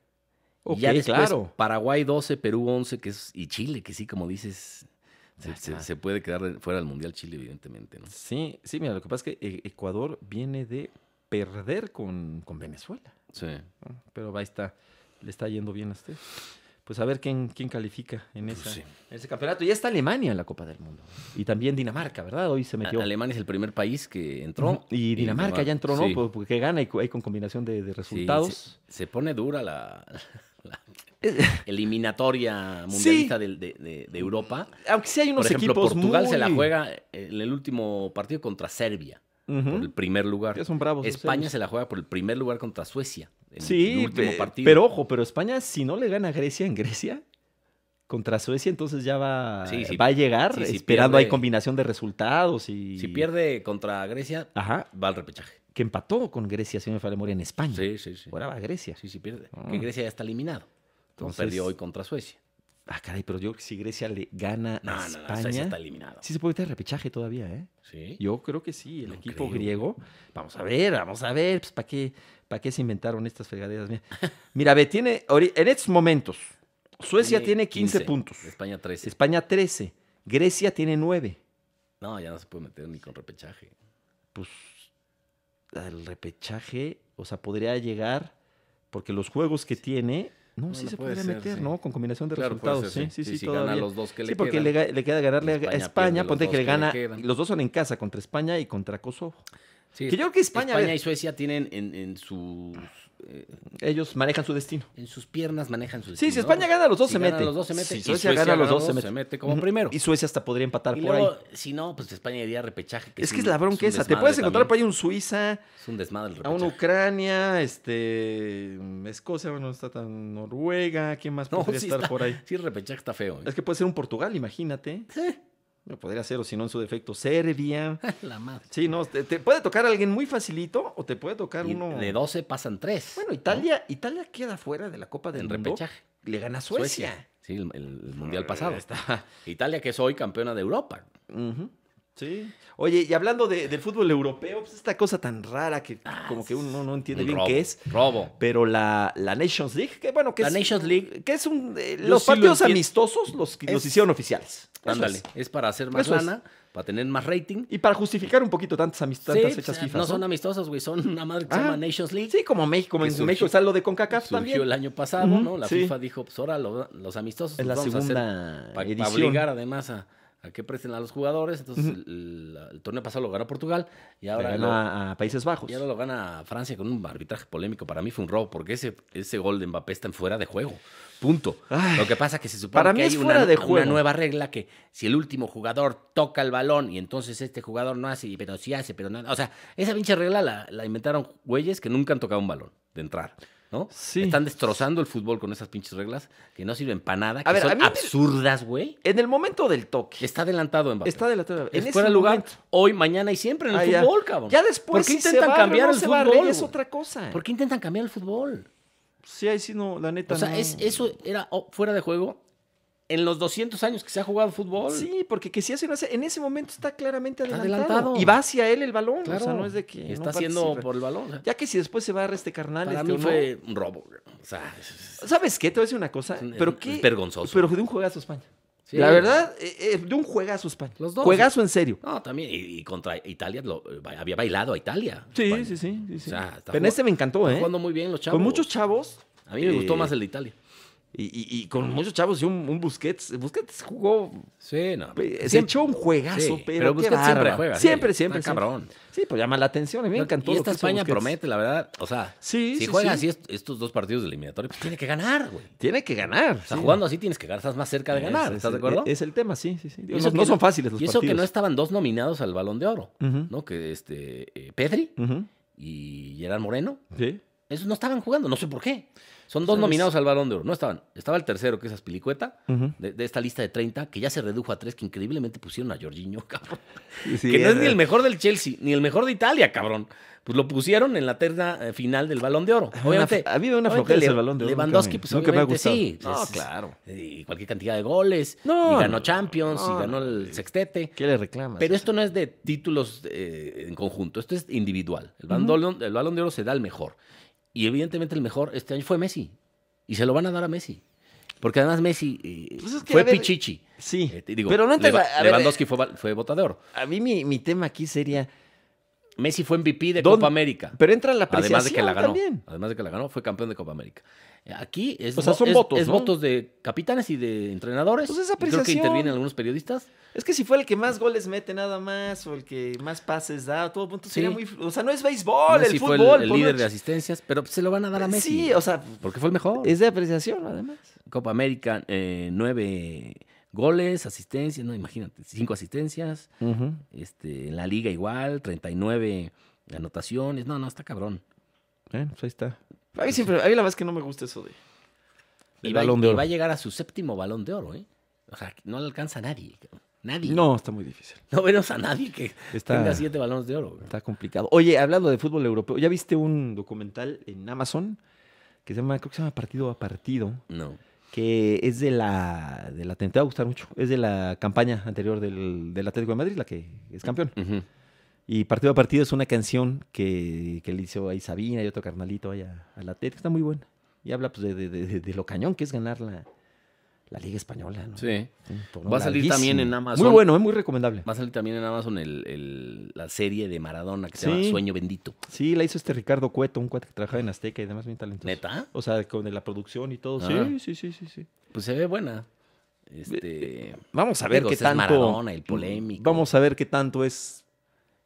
memoria.
y ya
Ok,
después
claro.
Paraguay 12, Perú 11, que es, y Chile, que sí, como dices, Se, se-
Ajá.
se puede quedar de- fuera del Mundial Chile, evidentemente, ¿no?
Sí, sí, mira, lo que pasa es que eh, Ecuador viene de perder con, con Venezuela.
Sí.
¿no? Pero ahí está, le está yendo bien a usted. Pues a ver quién, quién califica en,
Pues
esa-
sí.
en ese campeonato. Ya está Alemania en la Copa del Mundo. Y también Dinamarca, ¿verdad? Hoy se metió.
A- Alemania es el primer país que entró.
Ah, Ujú. Y Dinamarca ya entró, ¿no? Pues
Sí,
Por- Porque gana y co- ahí con combinación de, de
sí,
resultados.
se, se pone dura la, (laughs)
(laughs)
la eliminatoria mundialista del- de, de- de Europa.
Aunque sí hay unos
Por ejemplo,
equipos
Portugal se la
muy-
juega eh, en el último partido contra Serbia,
Ujú.
por el primer lugar.
Ya son bravos. los
España
serbios.
se la juega por el primer lugar contra Suecia. En
Sí,
el último
pe-
partido.
pero ojo, pero España si no le gana a Grecia en Grecia contra Suecia, entonces ya va,
Sí, sí.
va a llegar
Sí, sí,
esperando
pierde.
ahí combinación de resultados y
si pierde contra Grecia,
ajá,
va al repechaje.
que empató con Grecia si no me falla la memoria en España.
Sí, sí, sí.
Ahora va a Grecia.
Sí, sí, pierde.
Ah.
Que Grecia ya está eliminado. Entonces,
Entonces-
perdió hoy contra Suecia.
Ah, caray, pero yo creo que si Grecia le gana
No,
a
no, no, Suecia
España,
está eliminado.
sí se puede meter a repechaje todavía, ¿eh?
Sí.
Yo creo que sí, el
No
equipo
creo.
griego. Vamos a ver, vamos a ver, pues, ¿para qué, para qué se inventaron estas fregaderas? Mira, mira ve, tiene, ori- en estos momentos, Suecia tiene 15, puntos,
España 13.
España 13, Grecia tiene 9.
No, ya no se puede meter ni con repechaje.
Pues el repechaje, o sea, podría llegar, porque los juegos que tiene, no,
No,
sí
no
se
puede
podría
ser,
meter,
sí.
¿no? Con combinación de
Claro, puede
resultados, ¿eh?
ser,
sí, sí, sí,
si
todavía.
gana los dos que
Sí,
le
porque
quedan.
le, ga- le queda ganarle
España
a
pierde
España,
los
ponte
dos
que le
que le
gana,
quedan.
los dos son en casa, contra España y contra Kosovo.
Sí,
que yo creo que España, a ver.
y Suecia tienen en, en sus, eh,
Ellos manejan su destino.
en sus piernas, manejan sus.
Sí, si España gana los dos, se mete.
los dos se mete.
Pues Si
y
Suecia gana los dos, se mete.
como
Ujú.
primero.
Y Suecia hasta podría empatar
Y
por
luego,
ahí.
si no, pues España iría a repechaje.
Es
un-
que es la bronca
un
esa. Te
desmadre
puedes encontrar por
también.
ahí un Suiza,
Es un desmadre el
a un
repechaje.
(laughs) Ucrania, este Escocia, bueno, no está tan Noruega, ¿quién más
No,
podría
sí
estar
está.
por ahí?
Sí, el repechaje está feo. ¿eh?
Es que puede ser un Portugal, imagínate. (laughs) No podría ser, o si no, en su defecto, Serbia.
la madre.
Sí, no, te, te puede tocar alguien muy facilito o te puede tocar
Y
uno.
de 12 pasan 3.
Bueno, Italia, Italia queda fuera de la Copa del
En
Mundo.
repechaje.
Le gana a Suecia.
Sí, el, el mundial pasado.
Ah, Está.
Italia, que es hoy campeona de Europa.
Ujú, Sí. Oye, y hablando de- del fútbol europeo, pues esta cosa tan rara que como que uno no- no entiende
Ah, Un
bien
robo,
qué es.
Robo.
Pero la, la Nations League, que bueno, que
La
es.
Nations League.
Que es un. eh,
Yo
los
sí lo
partidos
entiendo.
amistosos los, que- los
Es-
hicieron oficiales. Eso es.
Ándale. Es para hacer más
Eso es.
lana, para tener más rating.
Y para justificar un poquito tantas, amist-
Sí,
tantas
pues,
fechas
ah,
FIFA.
No son amistosos, güey. Son una madre que se
Ah.
llama Nations League.
Sí, como México. Como
Que
en
surgió-
México está lo de CONCACAF
Surgió
también.
el año pasado,
Ujú,
¿no? La
sí.
FIFA dijo, pues ahora lo- los amistosos
Es la segunda
para
edición.
obligar además a, a que presten a los jugadores. Entonces,
Ujú.
el, la- el torneo pasado lo ganó Portugal y
Le
ahora lo,
gana a Países Bajos.
y ahora lo gana Francia con un arbitraje polémico. Para mí fue un robo porque ese, ese gol de Mbappé está en fuera de juego. Punto.
Ay,
Lo que pasa es que se supone
Para
que
mí
hay
es
una,
fuera de
una
juego.
nueva regla que si el último jugador toca el balón y entonces este jugador no hace, y- pero sí hace, pero no. O sea, esa pinche regla la, la inventaron güeyes que nunca han tocado un balón de entrar. ¿No?
Sí.
Están destrozando el fútbol con esas pinches reglas que no sirven para nada, que
ver, a
son
mí me-
absurdas, güey.
En el momento del toque.
Está adelantado Mbappé.
Está de la tabla.
Es
En
fuera
ese
de lugar
momento-
hoy, mañana y siempre en el
Ah, ya.
fútbol, cabrón.
Ya después
¿Por
si
qué
se
intentan
barre o
cambiar
no
el
se
fútbol,
barre, ya es
güey?
otra cosa.
¿Por qué intentan cambiar el fútbol?
Sí, ahí sí no, la neta
O sea,
no.
es, eso era oh, fuera de juego en los 200 años que se ha jugado fútbol.
Sí, porque que si hace no hace, en ese momento está claramente
Está
adelantado.
adelantado.
Y va hacia él el balón.
claro.
O sea, no es de que.
Está
no
haciendo
participa.
por el balón. o sea,
Ya que si después se barra este carnal,
para
este,
mí
o no-
fue un robo. O sea, es-
¿Sabes qué? Te voy a decir una cosa.
Es un-
pero
es
qué-
vergonzoso.
Pero de un juegazo España.
Sí.
La verdad, eh, eh, de un juegazo España.
Los dos.
Juegazo en serio.
no, también. Y, y contra Italia lo- había bailado a Italia.
Sí,
España.
sí, sí, sí, sí.
O sea, está
pero en
jugando-
este me encantó, ¿eh?
Jugando muy bien los chavos.
Con muchos chavos.
A mí me gustó
eh,
más el de Italia.
Y, y- y con muchos chavos y un, un Busquets. Busquets jugó.
Sí, no.
eh, Se
Siempre-
echó un juegazo,
sí,
pero. qué
Busquets siempre
bárbaro.
juega. sí,
Siempre,
está
siempre. siempre.
cabrón.
Sí, pues llama la atención. A mí me encantó.
y
lo
esta
que hizo
España
Busquets.
promete, la verdad. O sea,
Sí,
si
sí,
juega
sí.
así est- estos dos partidos de eliminatoria, pues tiene que ganar, güey.
Tiene que ganar.
O sea,
sí.
jugando así tienes que ganar, estás más cerca de
Es-
ganar,
es-
¿estás de
es-
acuerdo?
Es, el tema, sí, sí, sí. Eh, Digo,
Y
no,
eso que
no son fáciles los
y eso
partidos.
que no estaban dos nominados al Balón de Oro,
Ujú.
¿no? Que este eh, Pedri
Ujú,
y Gerard Moreno,
Sí.
esos no estaban jugando, no sé por qué. Son dos
¿Sabes?
nominados al Balón de Oro, no estaban. Estaba el tercero, que es Aspilicueta,
Ujú.
de, de esta lista de 30, que ya se redujo a tres, que increíblemente pusieron a Jorginho, (laughs) cabrón.
Sí,
que no es
eh,
ni el mejor del Chelsea, ni el mejor de Italia, cabrón. Pues lo pusieron en la terna eh, final del Balón de Oro.
Una
Obviamente,
fl- a mí me da Ah, una
obviamente
flojera
Le-
el Balón de Oro, nunca
Lewandowski,
me-
pues
nunca me ha
obviamente
gustado.
sí. pues,
No,
es-
claro.
Y cualquier cantidad de goles.
No,
y ganó
no,
Champions,
no,
y ganó
no,
el sextete.
¿Qué le reclamas?
Pero esto no es de títulos eh, en conjunto, esto es individual. El balón, de, el Balón de oro se da al mejor. Y evidentemente el mejor este año fue Messi. Y se lo van a dar a Messi. Porque además Messi eh,
Pues es que,
fue
a ver,
pichichi.
Sí.
Eh, te digo,
pero no entra-
Leva-
a ver, eh,
Lewandowski fue, val- fue bota de oro.
A mí mi, mi tema aquí sería.
Messi fue MVP de
¿Dónde-
Copa América.
Pero entra la apreciación
Además de que la ganó.
también.
Además de que la ganó, fue campeón de Copa América. Eh, Aquí es,
O sea,
vo-
son
es-
votos,
es
¿no?
votos de capitanes y de entrenadores.
Pues esa
Y Creo que
apreciación.
intervienen algunos periodistas.
Es que si fue el que más goles mete nada más o el que más pases da, todo punto sería
Sí.
muy. O sea, no es béisbol,
Messi
el
fue
fútbol.
el, el
por
líder
una
de
ch-
asistencias, pero se lo van a dar a Messi.
Sí, o sea,
porque fue el mejor.
es de apreciación además.
Copa América, eh, nueve goles, asistencias, no, imagínate, cinco asistencias. Este, en la liga igual, 39 anotaciones. No, no, está cabrón.
Bueno, pues ahí está. A mí, siempre, a mí la verdad es que no me gusta eso de.
Y
del
va,
Balón de
y
Oro.
va a llegar a su séptimo balón de oro, ¿eh? O sea, que no le alcanza a nadie. cabrón. Nadie.
No, está muy difícil.
No vemos a nadie que
Está-
tenga siete balones de oro. güey.
Está complicado. Oye, hablando de fútbol europeo, ¿ya viste un documental en Amazon que se llama, creo que se llama Partido a Partido?
No.
que es de la, de la te va a gustar mucho, es de la campaña anterior del, del Atlético de Madrid, la que es campeón.
Ujú.
Y partido a partido es una canción que, que le hizo ahí Sabina y otro carnalito ahí a- al Atlético, está muy buena. Y habla pues, de, de- de- de lo cañón que es ganar la, la Liga Española. ¿no?
Sí.
Un torneo
Va a salir
larguísimo.
también en Amazon.
Muy bueno, es muy recomendable.
Va a salir también en Amazon el- el- la serie de Maradona que se
Sí.
llama Sueño Bendito.
Sí, la hizo este Ricardo Cueto, un cuate que trabajaba en Azteca y demás, bien talentoso.
¿Neta?
O sea, con la producción y todo.
Ah.
Sí, sí, sí, sí, sí.
Pues se ve buena. Este,
Vamos a ver
Digo,
qué
es
tanto.
Maradona, el polémico.
Vamos a ver qué tanto es.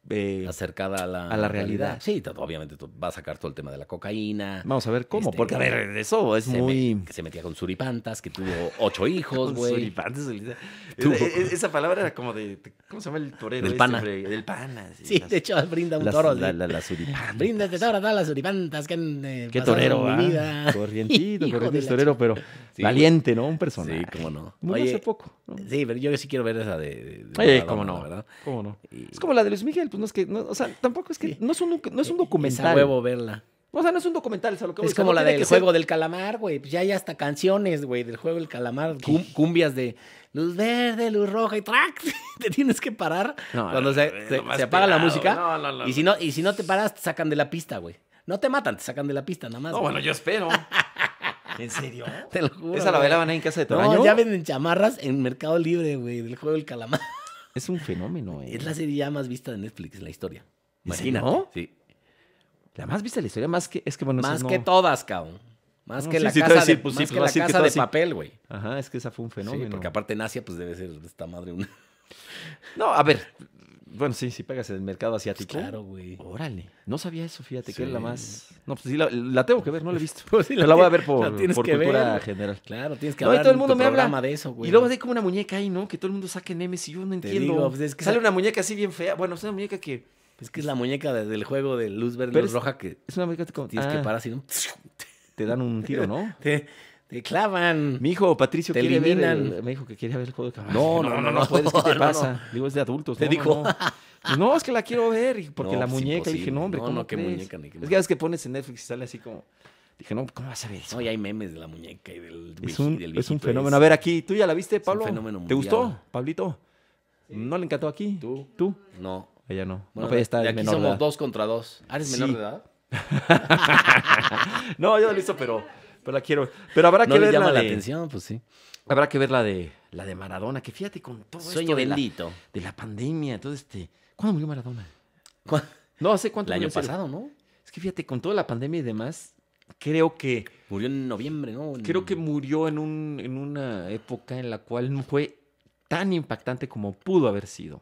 eh,
acercada a la,
a la realidad.
Sí, t- obviamente t- va a sacar todo el tema de la cocaína.
vamos a ver cómo.
Este,
porque, a ver, eso es
se
muy.
me- que se metía con suripantas, que tuvo ocho hijos, güey.
Suripantes, suripantes.
Tú.
Es- es- Esa palabra era como de. de- ¿Cómo se llama el torero?
Del
este,
pana.
hombre? Del pana.
Sí,
las-
de hecho, brinda un
las-
toro.
la-
sí.
la- las suripantes.
Brinda este toro a todas las suripantas que han eh,
Qué
pasado
torero,
en
¿ah?
mi vida.
Corrientito,
(laughs) Hijo de
corrientito,
la
torero, pero
Sí,
valiente, ¿no? Un
ch-
personaje.
Sí, cómo no.
Muy
Oye,
hace poco. ¿no?
Sí, pero yo sí quiero ver esa de. de- de
Oye,
Maradona,
cómo
la
no.
verdad.
¿Cómo no?
Y-
Es como la de Luis Miguel, pues no es que, no, o sea, tampoco es que,
Sí.
no es un, no es un
Es
documental.
a huevo verla.
O sea, no es un documental, es a lo que voy,
Es
o sea,
como
no
la
tiene
del
que ser-
juego del calamar, güey. Pues ya hay hasta canciones, güey, del juego del calamar. cum- cumbias de luz verde, luz roja y track. (laughs) Te tienes que parar
No,
cuando
no,
se,
no,
se-
no más
se apaga la
pelado,
música.
no, no, no,
y, si no, y si no te paras, te sacan de la pista, güey. No te matan, te sacan de la pista, nada más.
No,
güey.
bueno, yo
(laughs)
espero. ¿En serio?
Te lo juro,
Esa la
güey.
bailaban ahí en casa de
No,
Toraño.
ya venden chamarras en Mercado Libre, güey, del juego del calamar.
Es un fenómeno, eh.
Es la serie ya más vista de Netflix en la historia.
¿En
Imagínate.
serio?
Sí.
La más vista de la historia, más que. Es que bueno,
más
esas
que
no-
todas, cabrón. Más
No,
que
sí,
la
sí, te iba a
casa de,
decir, pues sí,
más
pues
que
va a
la
decir que
casa de
todas sí.
papel, güey.
Ajá, es que esa fue un fenómeno. Pues
Sí, porque aparte en Asia pues debe ser esta madre una...
No, a ver. Bueno, sí, sí pegas en el mercado asiático.
Pues Claro, (laughs) güey.
Órale. No sabía eso, fíjate,
Sí.
que era la más. No, pues sí, la, la tengo que ver, no la he visto.
(laughs) Pues sí,
Pero la voy a ver
ti-
por,
la tienes
por
que
cultura
ver.
general.
Claro, tienes que
No, y
hablar
todo el
en
mundo
tu
me habla.
programa de eso, güey.
Y luego hay como una muñeca ahí, ¿no? Que todo el mundo saque memes y yo no entiendo.
digo, pues, es que
Sale
esa-
una muñeca así bien fea. Bueno, es una muñeca que.
Es que es la muñeca de- del juego de luz verde,
Pero
luz
es-
roja que
Es una muñeca que como-
tienes
Ah,
que parar si no (laughs)
Te dan un tiro, ¿no?
te, te clavan.
Mi hijo Patricio
Te
quiere ver
eliminan.
el- me dijo que quería ver el juego de caballos.
No, no, no, no.
puedes, ¿qué te
No, no.
pasa? Digo, es de adultos.
Te
no, No,
dijo.
no. Pues no, es que la quiero ver. y Porque
No,
la
pues
muñeca.
imposible.
Dije, no, hombre,
No,
¿cómo
no, qué
crees?
muñeca, ni qué
Es que a veces que pones en Netflix y sale así como... Dije, no, ¿cómo vas a ver eso?
No, y hay memes de la muñeca y del
es,
vieji-
un,
del
es un
viejito
fenómeno.
ese.
A ver, aquí, ¿tú ya la viste,
un
Pablo?
fenómeno
¿Te
mundial.
gustó, Pablito? ¿No le encantó aquí?
Tú.
¿Tú?
No.
Ella no. no,
Bueno,
pues ya está
de
el
aquí
menor de
somos
edad.
dos contra dos. Ah, ¿Eres
Sí.
menor de edad?
No, yo la he visto, pero, pero la quiero. Pero habrá
No
que
le
ver
llama
la,
la
de-
atención, pues sí.
Habrá que ver la de, la de Maradona, que fíjate con todo
Sueño
esto de la- (laughs)
bendito.
de la pandemia, todo este. ¿Cuándo murió Maradona? No, hace cuánto
El año
murió, en serio.
pasado, ¿no?
Es que fíjate, con toda la pandemia y demás, creo que
Murió en noviembre, ¿no? En-
creo que murió en un en una época en la cual no fue tan impactante como pudo haber sido.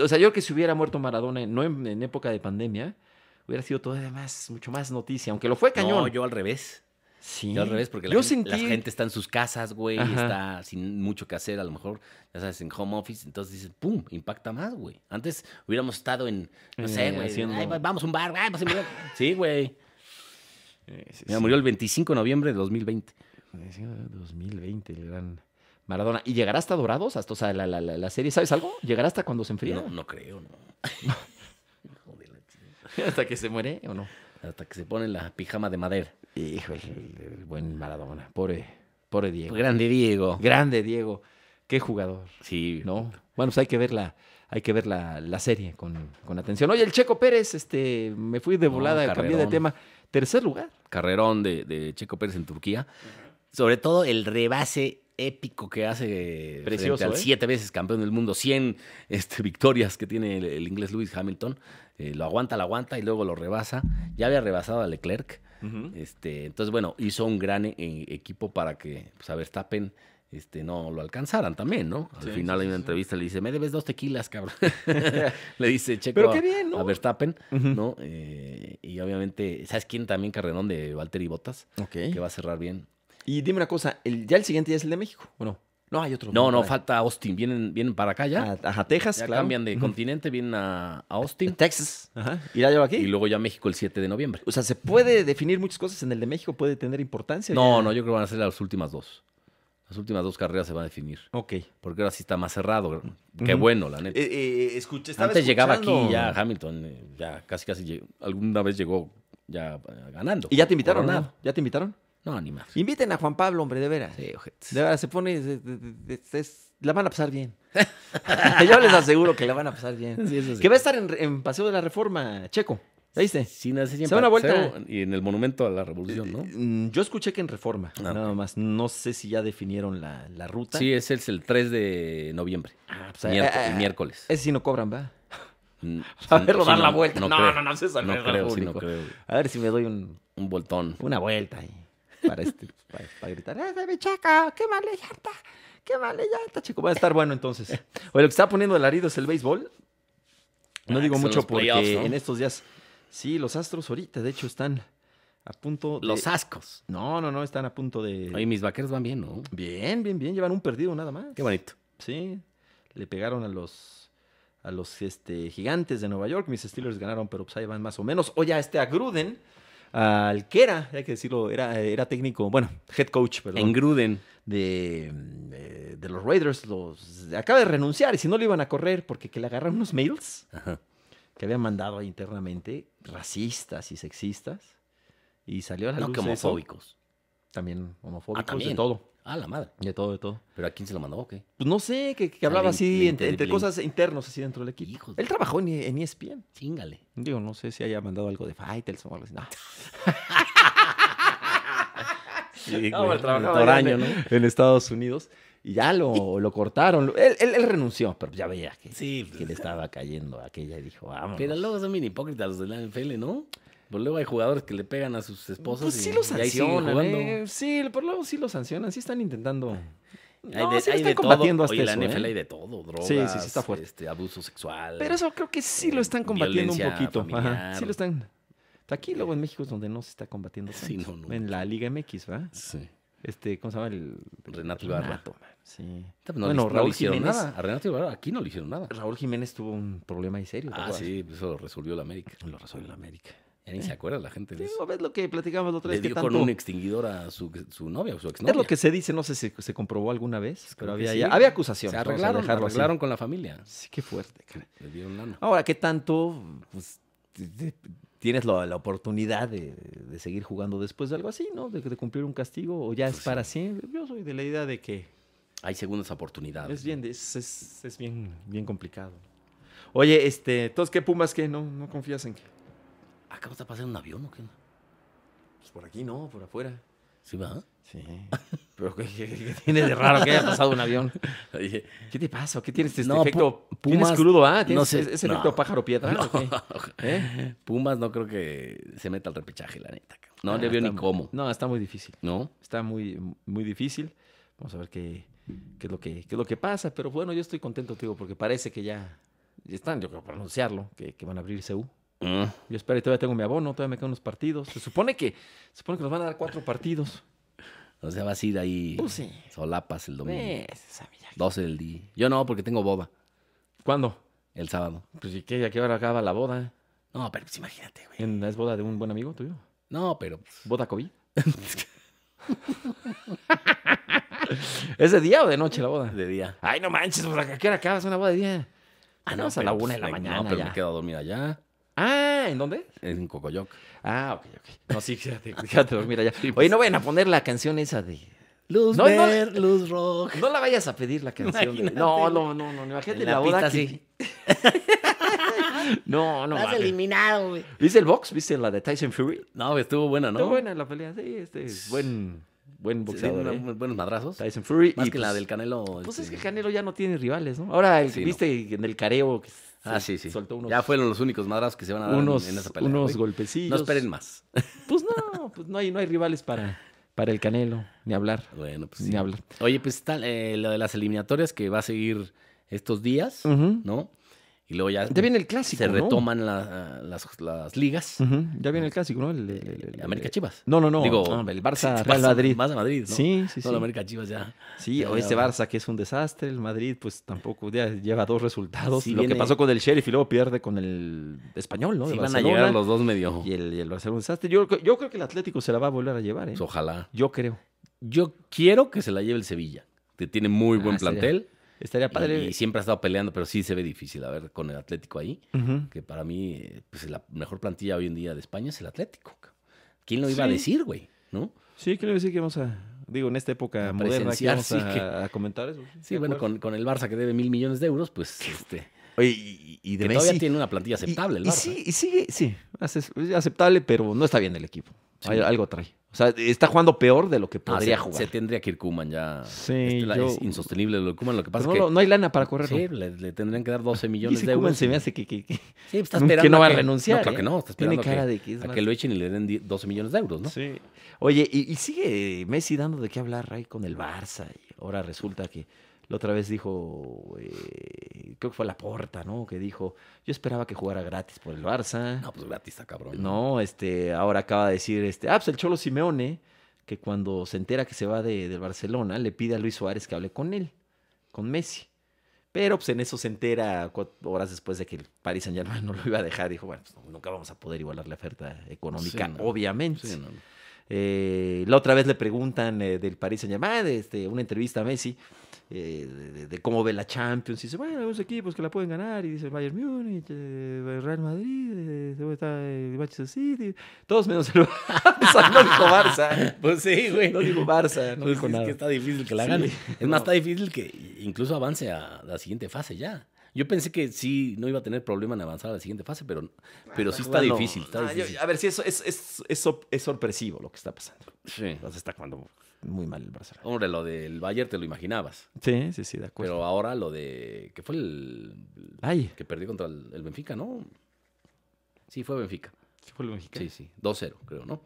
O sea, yo creo que si hubiera muerto Maradona, no en, en época de pandemia, hubiera sido todavía más, mucho más noticia, aunque lo fue cañón.
No, yo al revés.
sí.
Yo al revés, porque la,
Yo
gente, la
sentí-
gente está en sus casas, güey,
Ajá.
está sin mucho que hacer, a lo mejor, ya sabes, en home office, entonces dices, pum, impacta más, güey. Antes hubiéramos estado en, no
Eh,
sé, güey,
haciendo-
"Ay, va- vamos a un bar, ay, pues se murió".
(laughs)
Sí, güey.
Eh, sí,
Mira,
sí.
murió el 25 de noviembre de 2020.
2020, el gran Maradona. ¿Y llegará hasta Dorados? Hasta, o sea, la, la- la- la serie, ¿sabes algo? ¿Llegará hasta cuando se enfría?
No, no creo, no. (laughs) Hijo de la chingada. (laughs)
¿Hasta que se muere o no?
Hasta que se pone la pijama de madera.
Híjole, el, el buen Maradona. Pobre, pobre Diego.
Grande Diego.
Grande Diego. Qué jugador,
Sí.
¿no? Bueno, pues hay que ver la, hay que ver la, la serie con, con atención. Oye, el Checo Pérez, este, me fui de
No,
volada, cambié de
carrerón.
tema. Tercer lugar.
Carrerón de, de Checo Pérez en Turquía. Sobre todo el rebase épico que hace frente
Precioso,
al
¿eh?
siete veces campeón del mundo, 100 este, victorias que tiene el, el inglés Lewis Hamilton. Eh, lo aguanta, lo aguanta y luego lo rebasa. Ya había rebasado a Leclerc.
Ujú.
Este, entonces, bueno, hizo un gran e- equipo para que pues, a Verstappen este, no lo alcanzaran también, ¿no? Al
Sí,
final
sí,
hay una
sí, sí.
entrevista, le dice, me debes dos tequilas, cabrón.
(laughs)
le dice Checo
Eh, Pero qué
a-
bien, ¿no?
a Verstappen,
Ujú.
¿no? Eh, y obviamente, ¿sabes quién también carrerón de Valtteri Bottas?
¿Eh?
Que va a cerrar bien.
Y dime una cosa, el- ¿ya el siguiente ya es el de México o no? Pues No, hay otro.
No, no,
Para-
falta Austin. Vienen, vienen para acá ya.
A, a Texas,
ya
claro.
cambian de
Ujú.
continente, vienen a, a
(laughs)
Austin.
Texas. Ajá. Y ya lleva aquí.
Y luego ya México el 7 de noviembre.
O sea, se puede definir muchas cosas en el de México, puede tener importancia.
No,
Ya-
no, yo creo que van a ser las últimas dos. Las últimas dos carreras se van a definir.
Ok. Eh,
Porque ahora sí está más cerrado. Qué
Ujú.
bueno, la neta.
eh, escuché- estaba
Antes llegaba aquí
escuchando.
ya Hamilton, eh, ya casi casi llegó- alguna vez llegó ya eh, ganando.
¿Y ya te invitaron?
Coronado.
¿Ya te invitaron?
No, ni más.
Inviten a Juan Pablo, hombre, de veras.
Sí, ojetes.
De verdad, se pone. se- de- de- de- es- la van a pasar
(laughs)
bien. (laughs) Yo les aseguro que la van a pasar bien.
Sí, eso sí.
Que va a estar en, en Paseo de la Reforma, Checo. ¿Ya viste?
Sí, no, sí,
da
siempre-
una vuelta.
se- Y en el monumento a la revolución, ¿no?
Mm, Yo escuché que en Reforma,
Ah,
nada más. No sé si ya definieron la, la ruta.
Sí, ese es el 3 de noviembre.
Ah, pues,
Miérco-
ah,
el miércoles.
Ese sí no cobran, ¿va?
Mm,
(laughs) A
sí,
verlo
sí,
dar eh, la vuelta. No,
creo.
no, no, César,
No
no es
creo, sí, no
único.
creo.
A ver si me doy un,
Un voltón.
una vuelta ahí, para, este, para, para gritar, ¡eh, de Chaca! ¡Qué mal llanta! ¡Qué mal llanta, chico! Va a estar bueno entonces. Oye, lo que está poniendo alarido es el béisbol. No
Ah,
digo
que son
mucho
los
porque
playoffs, ¿no?
en estos días, sí, los astros ahorita, de hecho, están a punto de...
Los ascos.
No, no, no, están a punto de...
Oye, mis vaqueros van bien, ¿no?
Bien, bien, bien, llevan un perdido nada más.
Qué bonito.
Sí, le pegaron a los a los este, gigantes de Nueva York. Mis Steelers ganaron, pero pues ahí van más o menos. O ya este a Gruden, al que era, hay que decirlo, era, era técnico, bueno, head coach,
En
perdón,
Gruden.
de, mm, de, de los Raiders. Los, acaba de renunciar y si no lo iban a correr porque que le agarraron unos mails
Ajá.
que habían mandado ahí internamente, racistas y sexistas. Y salió a la
No,
luz
que
eso.
homofóbicos.
También homofóbicos, de
también.
todo,
Ah, la madre.
de todo, de todo.
¿Pero a quién se lo mandó o qué?
Pues no sé, que, que
Ah,
hablaba
le- le
así entre,
inter-
entre
le-
cosas internos así dentro del equipo.
Hijo de-
Él trabajó en, en E ESPN.
Chingale.
Digo, no sé si haya mandado algo de Fighters o algo así. No.
Sí,
No,
güey.
el trabajaba
Por
allá
año,
en-
¿no?
En Estados Unidos. Y ya lo, lo cortaron. Él, él- él renunció, pero ya veía que,
Sí, pues,
que le estaba cayendo aquella y dijo, vamos.
Pero luego son bien hipócritas los de la NFL, ¿no? Pues luego hay jugadores que le pegan a sus esposas.
Pues
y,
sí lo
y ahí siguen
sancionan.
jugando.
eh. Sí, por luego sí lo sancionan. Sí están intentando.
Hay
No,
de,
sí lo
hay
están
de
combatiendo
todo.
hasta
Oye,
eso,
la
¿eh?
NFL hay de todo. Drogas,
sí, está fuerte.
Este, abuso sexual.
Pero eso creo que sí lo están
eh,
combatiendo un
violencia
poquito. Ajá,
familiar.
Sí lo están. Aquí luego en México es donde no se está combatiendo.
Sí,
tanto.
no, no.
En la Liga MX, ¿va?
Sí.
Este, ¿cómo se llama? El...
Renato Ibarra.
man, Sí.
No,
Pues bueno,
le, no le
Raúl
hicieron
Jiménez.
nada. A Renato Ibarra aquí no le hicieron nada.
Raúl Jiménez tuvo un problema ahí serio. ¿te
Ah,
acuerdas?
sí, pues eso lo resolvió la América.
Lo resolvió la América. Eh.
Ya ni se acuerda la gente de eso.
Digo, ¿Ves lo que platicamos la otra
Le
vez? que
dio con
tanto-
un extinguidor a su, su novia o su exnovia.
Es lo que se dice, no sé si se comprobó alguna vez, pero
Pues Creo que
había,
sí.
ya- había acusaciones.
Se
vamos a
arreglaron,
dejarlo así.
arreglaron con la familia.
Sí, qué fuerte. cara.
Le dieron lana.
Ahora, ¿qué tanto pues, te- te- tienes la, la oportunidad de, de seguir jugando después de algo así, ¿no? De, de cumplir un castigo o ya es para siempre. Pues Yo soy de la idea de que
Hay segundas oportunidades.
Es bien, es, es- es bien, bien complicado. Oye, este, entonces, ¿qué Pumas qué? ¿No, no confías en que?
¿Acabas de pasar un avión o qué?
Pues por aquí no, por afuera.
Sí, va.
Sí. Pero (laughs) ¿qué, qué- qué tiene de raro que haya pasado un avión?
(laughs) Oye,
¿Qué te pasa? ¿Qué tienes este
No,
efecto?
Pu-
¿Tienes
Pumas,
crudo, ah? ¿Tienes
no sé,
ese
no.
efecto pájaro piedra? o qué?
(laughs)
¿Eh?
Pumas no creo que se meta al repechaje, la neta. cabrón. No
Ah,
le veo ni
está-
cómo.
(laughs) No, está muy difícil.
¿No?
Está muy, muy difícil. Vamos a ver qué, qué es lo que, qué es lo que pasa. Pero bueno, yo estoy contento, tío, porque parece que ya, ya están, yo creo, para anunciarlo, que, que van a abrir CU.
Mm.
Yo espero, y todavía tengo mi abono, todavía me quedan unos partidos. Se supone que, se supone que nos van a dar cuatro partidos.
O sea, vas a ir ahí.
Pues sí.
Solapas el domingo.
Eh, esa milla.
12 del día. Yo no, porque tengo boda
¿Cuándo?
el sábado.
Pues ¿y qué? ¿A qué hora acaba la boda?
No, pero pues imagínate, güey.
¿En- ¿Es boda de un buen amigo tuyo?
No, pero. pues,
¿Boda COVID? ¿Es de día o de noche la boda?
de día.
Ay, no manches, pues, ¿a qué hora acabas una boda de día? Ah, no, es a
pero,
la una
pues,
de la
me-
mañana
No, pero
ya.
me quedo a dormir allá,
Ah, ¿en dónde?
en Cocoyoc.
Ah, ok, ok. No, sí,
(laughs)
quédate, quédate a dormir allá.
pues.
Oye, no vayan a poner la canción esa de...
Luz
No, no.
verde, luz roja.
No la vayas a pedir la canción. de-
Imagínate,
No,
güey.
no, no, no, imagínate
En
la,
la
boda
pista,
que-
sí.
No, no. vale.
eliminado, güey.
¿Viste el box? ¿Viste la de Tyson Fury?
No, estuvo buena, ¿no?
Está buena la pelea, sí, este es buen, Buen boxeador.
Sí,
¿eh?
una- Buenos madrazos.
Tyson Fury.
Más
y,
que la
pues,
del Canelo.
Pues
este,
es que Canelo ya no tiene rivales, ¿no? Ahora, el-
Sí, no.
viste en el careo que se
Ah, sí, sí.
soltó unos,
Ya fueron los únicos madrazos que se van a dar en-
unos,
en esa pelea.
unos
güey.
golpecillos.
No esperen más. (laughs)
Pues no, pues no hay, no hay rivales para, para el Canelo, ni hablar,
Bueno, pues sí.
ni hablar.
Oye, pues está eh, lo de las eliminatorias que va a seguir estos días,
Ujú.
¿no? Y luego ya
Ya viene el clásico,
se
¿no?
retoman la- eh, las, las ligas.
Ujú, Ya viene el clásico, ¿no? El, el- el- el-
América Chivas.
No, no, no.
Digo,
no, el Barça,
sí,
Real
vas a-
Madrid.
Vas a Madrid, ¿no?
Sí, sí, sí.
No, la América Chivas ya.
Sí,
Ya,
o
ya,
este
ya.
Barça que es un desastre, el Madrid pues tampoco ya lleva dos resultados.
Sí,
Lo
viene-
que pasó con el Sheriff y luego pierde con el español, ¿no? De
Sí van a
Barcelona.
llegar los dos medio.
Y el, y el Barcelona un desastre. Yo, creo- yo creo que el Atlético se la va a volver a llevar, ¿eh?
Pues ojalá.
Yo creo.
Yo quiero que se la lleve el Sevilla, que tiene muy
Ah,
buen
estaría
plantel.
Estaría padre.
Y, y siempre ha estado peleando, pero sí se ve difícil, a ver, con el Atlético ahí.
Ujú.
Que para mí, eh, pues la mejor plantilla hoy en día de España es el Atlético. cabrón. ¿Quién lo iba a
Sí.
decir, güey? ¿no?
Sí, creo que sí que vamos a... Digo, en esta época
A
moderna aquí
presenciar,
vamos
sí
a,
que-
a comentar eso.
Sí,
de
bueno,
acuerdo.
con, con el Barça que debe mil millones de euros, pues este,
Oye, y, y de
que
Messi.
todavía tiene una plantilla aceptable
y,
el
y
Barça.
sí, y sigue, sí, ace- es aceptable, pero no está bien el equipo.
Sí.
Hay- algo trae. O sea, está jugando peor de lo que
Ah,
podría
se,
jugar.
se tendría que ir Kuman ya.
Sí,
Este, la-
yo-
Es insostenible lo de Kuman. Lo que pasa
Pero no,
es
lo-
que
no hay lana para correr.
sí, le, le tendrían que dar (laughs) 12 millones
Ese
de
Koeman
euros.
se me hace que, que- que
Sí, está
que
esperando
no va a
que-
renunciar.
No, claro
¿eh?
que no. Está
Tiene
esperando
cara
que,
de que es
a
más-
que lo echen y le den die- 12 millones de euros, ¿no?
Sí. Oye, y, y sigue Messi dando de qué hablar ahí con el Barça. Y ahora resulta que la otra vez dijo, eh, creo que fue Laporta, ¿no? Que dijo, yo esperaba que jugara gratis por el Barça.
No, pues gratis está cabrón.
No, este, ahora acaba de decir, este, ah, pues el Cholo Simeone, que cuando se entera que se va de, del Barcelona, le pide a Luis Suárez que hable con él, con Messi. Pero pues en eso se entera cuatro horas después de que el Paris Saint Germain (laughs) no lo iba a dejar. Dijo, bueno, pues nunca vamos a poder igualar la oferta económica,
Sí, no.
obviamente.
Sí, no.
Eh, la otra vez le preguntan eh, del Paris Saint Germain, este, una entrevista a Messi, eh, de, de- de cómo ve la Champions. Y dice, bueno, hay unos equipos que la pueden ganar. Y dice, Bayern Múnich, eh, Real Madrid, eh, luego está el Manchester City. Todos menos el (laughs) Barça. no dijo Barça.
Pues sí, güey.
No dijo
(laughs)
Barça. No
Pues
dijo
es
nada.
que está difícil que la
Sí,
gane. Es más,
no.
está difícil que incluso avance a la siguiente fase ya. Yo pensé que sí, no iba a tener problema en avanzar a la siguiente fase, pero, pero sí está
Bueno,
difícil. Está
ah, yo-
difícil.
a ver, si eso es, es, es, sor- es sorpresivo lo que está pasando.
Sí.
Entonces está jugando muy mal el Barcelona.
Hombre, lo del Bayern te lo imaginabas.
Sí, sí, sí, de acuerdo.
Pero ahora lo de. que fue el.
Ay,
que perdió contra el, el Benfica, ¿no? Sí, fue Benfica.
sí fue el mexicano.
Sí, sí. 2-0, creo, ¿no?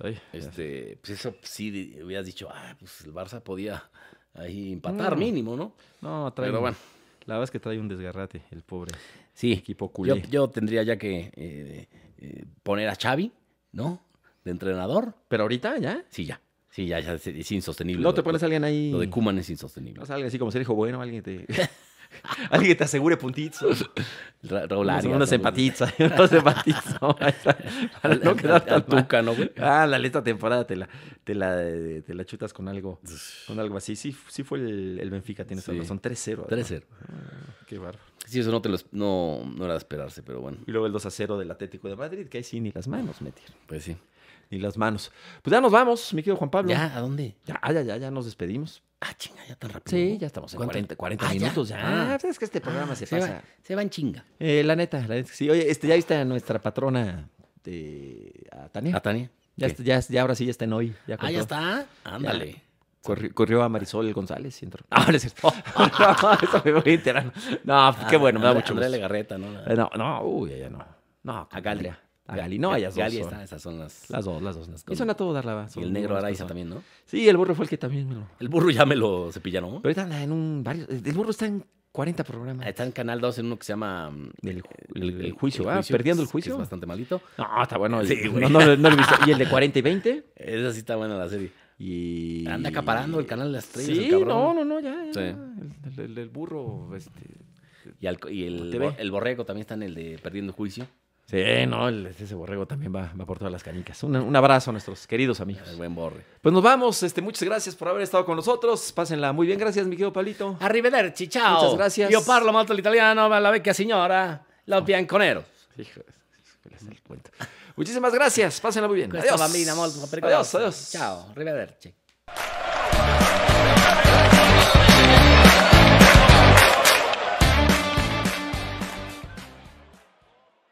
Ay,
Este, pues eso sí di- hubieras dicho, ah, pues el Barça podía ahí empatar
No.
mínimo, ¿no?
No, trae.
Pero
un-
bueno.
La verdad es que trae un desgarrate, el pobre
Sí.
equipo
Yo,
culé.
yo tendría ya que eh, eh, poner a Xavi, ¿no? De entrenador.
Pero ahorita ya.
Sí, ya. Sí, ya, ya es, es insostenible.
No
Lo
te
de-
pones a alguien ahí.
Lo de Kuman es insostenible.
No sé, alguien así como se dijo, bueno, alguien te. (laughs) alguien que te asegure puntitos. (laughs)
Ra- Raúl
Unos,
Arias,
unos
¿no?
empatitos, unos empatitos. (laughs) ¿no? Ahí está, (laughs) Para (laughs)
Al-
no
al-
quedar
al
tan mal. (laughs)
Tuca, ¿no, güey?
Ah, la lista temporada te la, te la, eh, te la chutas con algo, con algo así. Sí, sí fue el, el Benfica, tienes
Sí.
razón. 3-0.
3-0.
además. Qué bárbaro.
Sí, eso no, te lo es- no, no era de esperarse, pero bueno,
Y luego el 2-0 del Atlético de Madrid, que ahí sí ni las manos metieron.
pues sí.
Ni las manos. Pues ya nos vamos, mi querido Juan Pablo.
¿Ya? ¿A dónde?
Ya, ya, ya, ya nos despedimos.
Ah, chinga, ya tan rápido.
Sí, ya estamos en
¿Cuánto?
40, 40
Ah, ya.
minutos ya.
Ah.
Pues es que este programa
Ah,
se,
se
pasa.
Va, se va en chinga.
Eh, la neta, la neta es que sí. Oye, este, ya viste a nuestra patrona, de, a Tania.
¿A Tania?
¿Eh? ya,
¿Qué?
está- ya, ya ahora sí, ya está en hoy. Ah, Ya
Ah,
compró.
ya está. Ándale.
Corri- Corrió a Marisol González y entró. Ah, (laughs) no es cierto. No, eso me voy enterando. No, pues, qué bueno, me da
Andrea-
mucho
Andrea
gusto.
Legarreta, ¿no?
Eh, no, no, uy, ella no. No,
A Gali.
Andrea. A Gali, no, ellas dos.
Gali
son-
está, esas son las...
Las dos, las dos.
Las
y son a todo dar la
Y el negro Araiza también, ¿no?
Sí, el burro fue el que también me lo.
El burro ya me lo cepillaron.
Pero ahorita anda en un varios. El burro está en 40 programas.
Está en Canal 2 en uno que se llama... mm,
Del ju- Eh, el juicio, ah, perdiendo el
que es- que
juicio.
Es bastante malito.
No, está bueno. el-
Sí,
no,
güey.
no, no lo he (laughs) visto. Y el de 40 y 20.
Esa sí está buena la serie.
Y...
Anda acaparando el canal de las estrellas,
Sí,
el cabrón.
no, no, no, ya. ya,
Sí.
El, el- el burro. Este...
Y, al- y el,
TV.
bo- el borrego también está en el de Perdiendo el Juicio.
Sí, no, el- ese borrego también va, va por todas las canicas. Un, un abrazo a nuestros queridos
El
amigos.
buen borre.
Pues nos vamos. Este, muchas gracias por haber estado con nosotros. Pásenla muy bien. Gracias, mi querido Pablito.
Arrivederci, ciao.
Muchas gracias.
Io parlo molto l'italiano, ma la vecchia signora, la bianconero.
Hijo, les doy cuenta. Muchísimas gracias. Pásenla muy bien.
Questa
Adiós.
bambina molto pericolosa.
Adiós, adiós.
Ciao, arrivederci.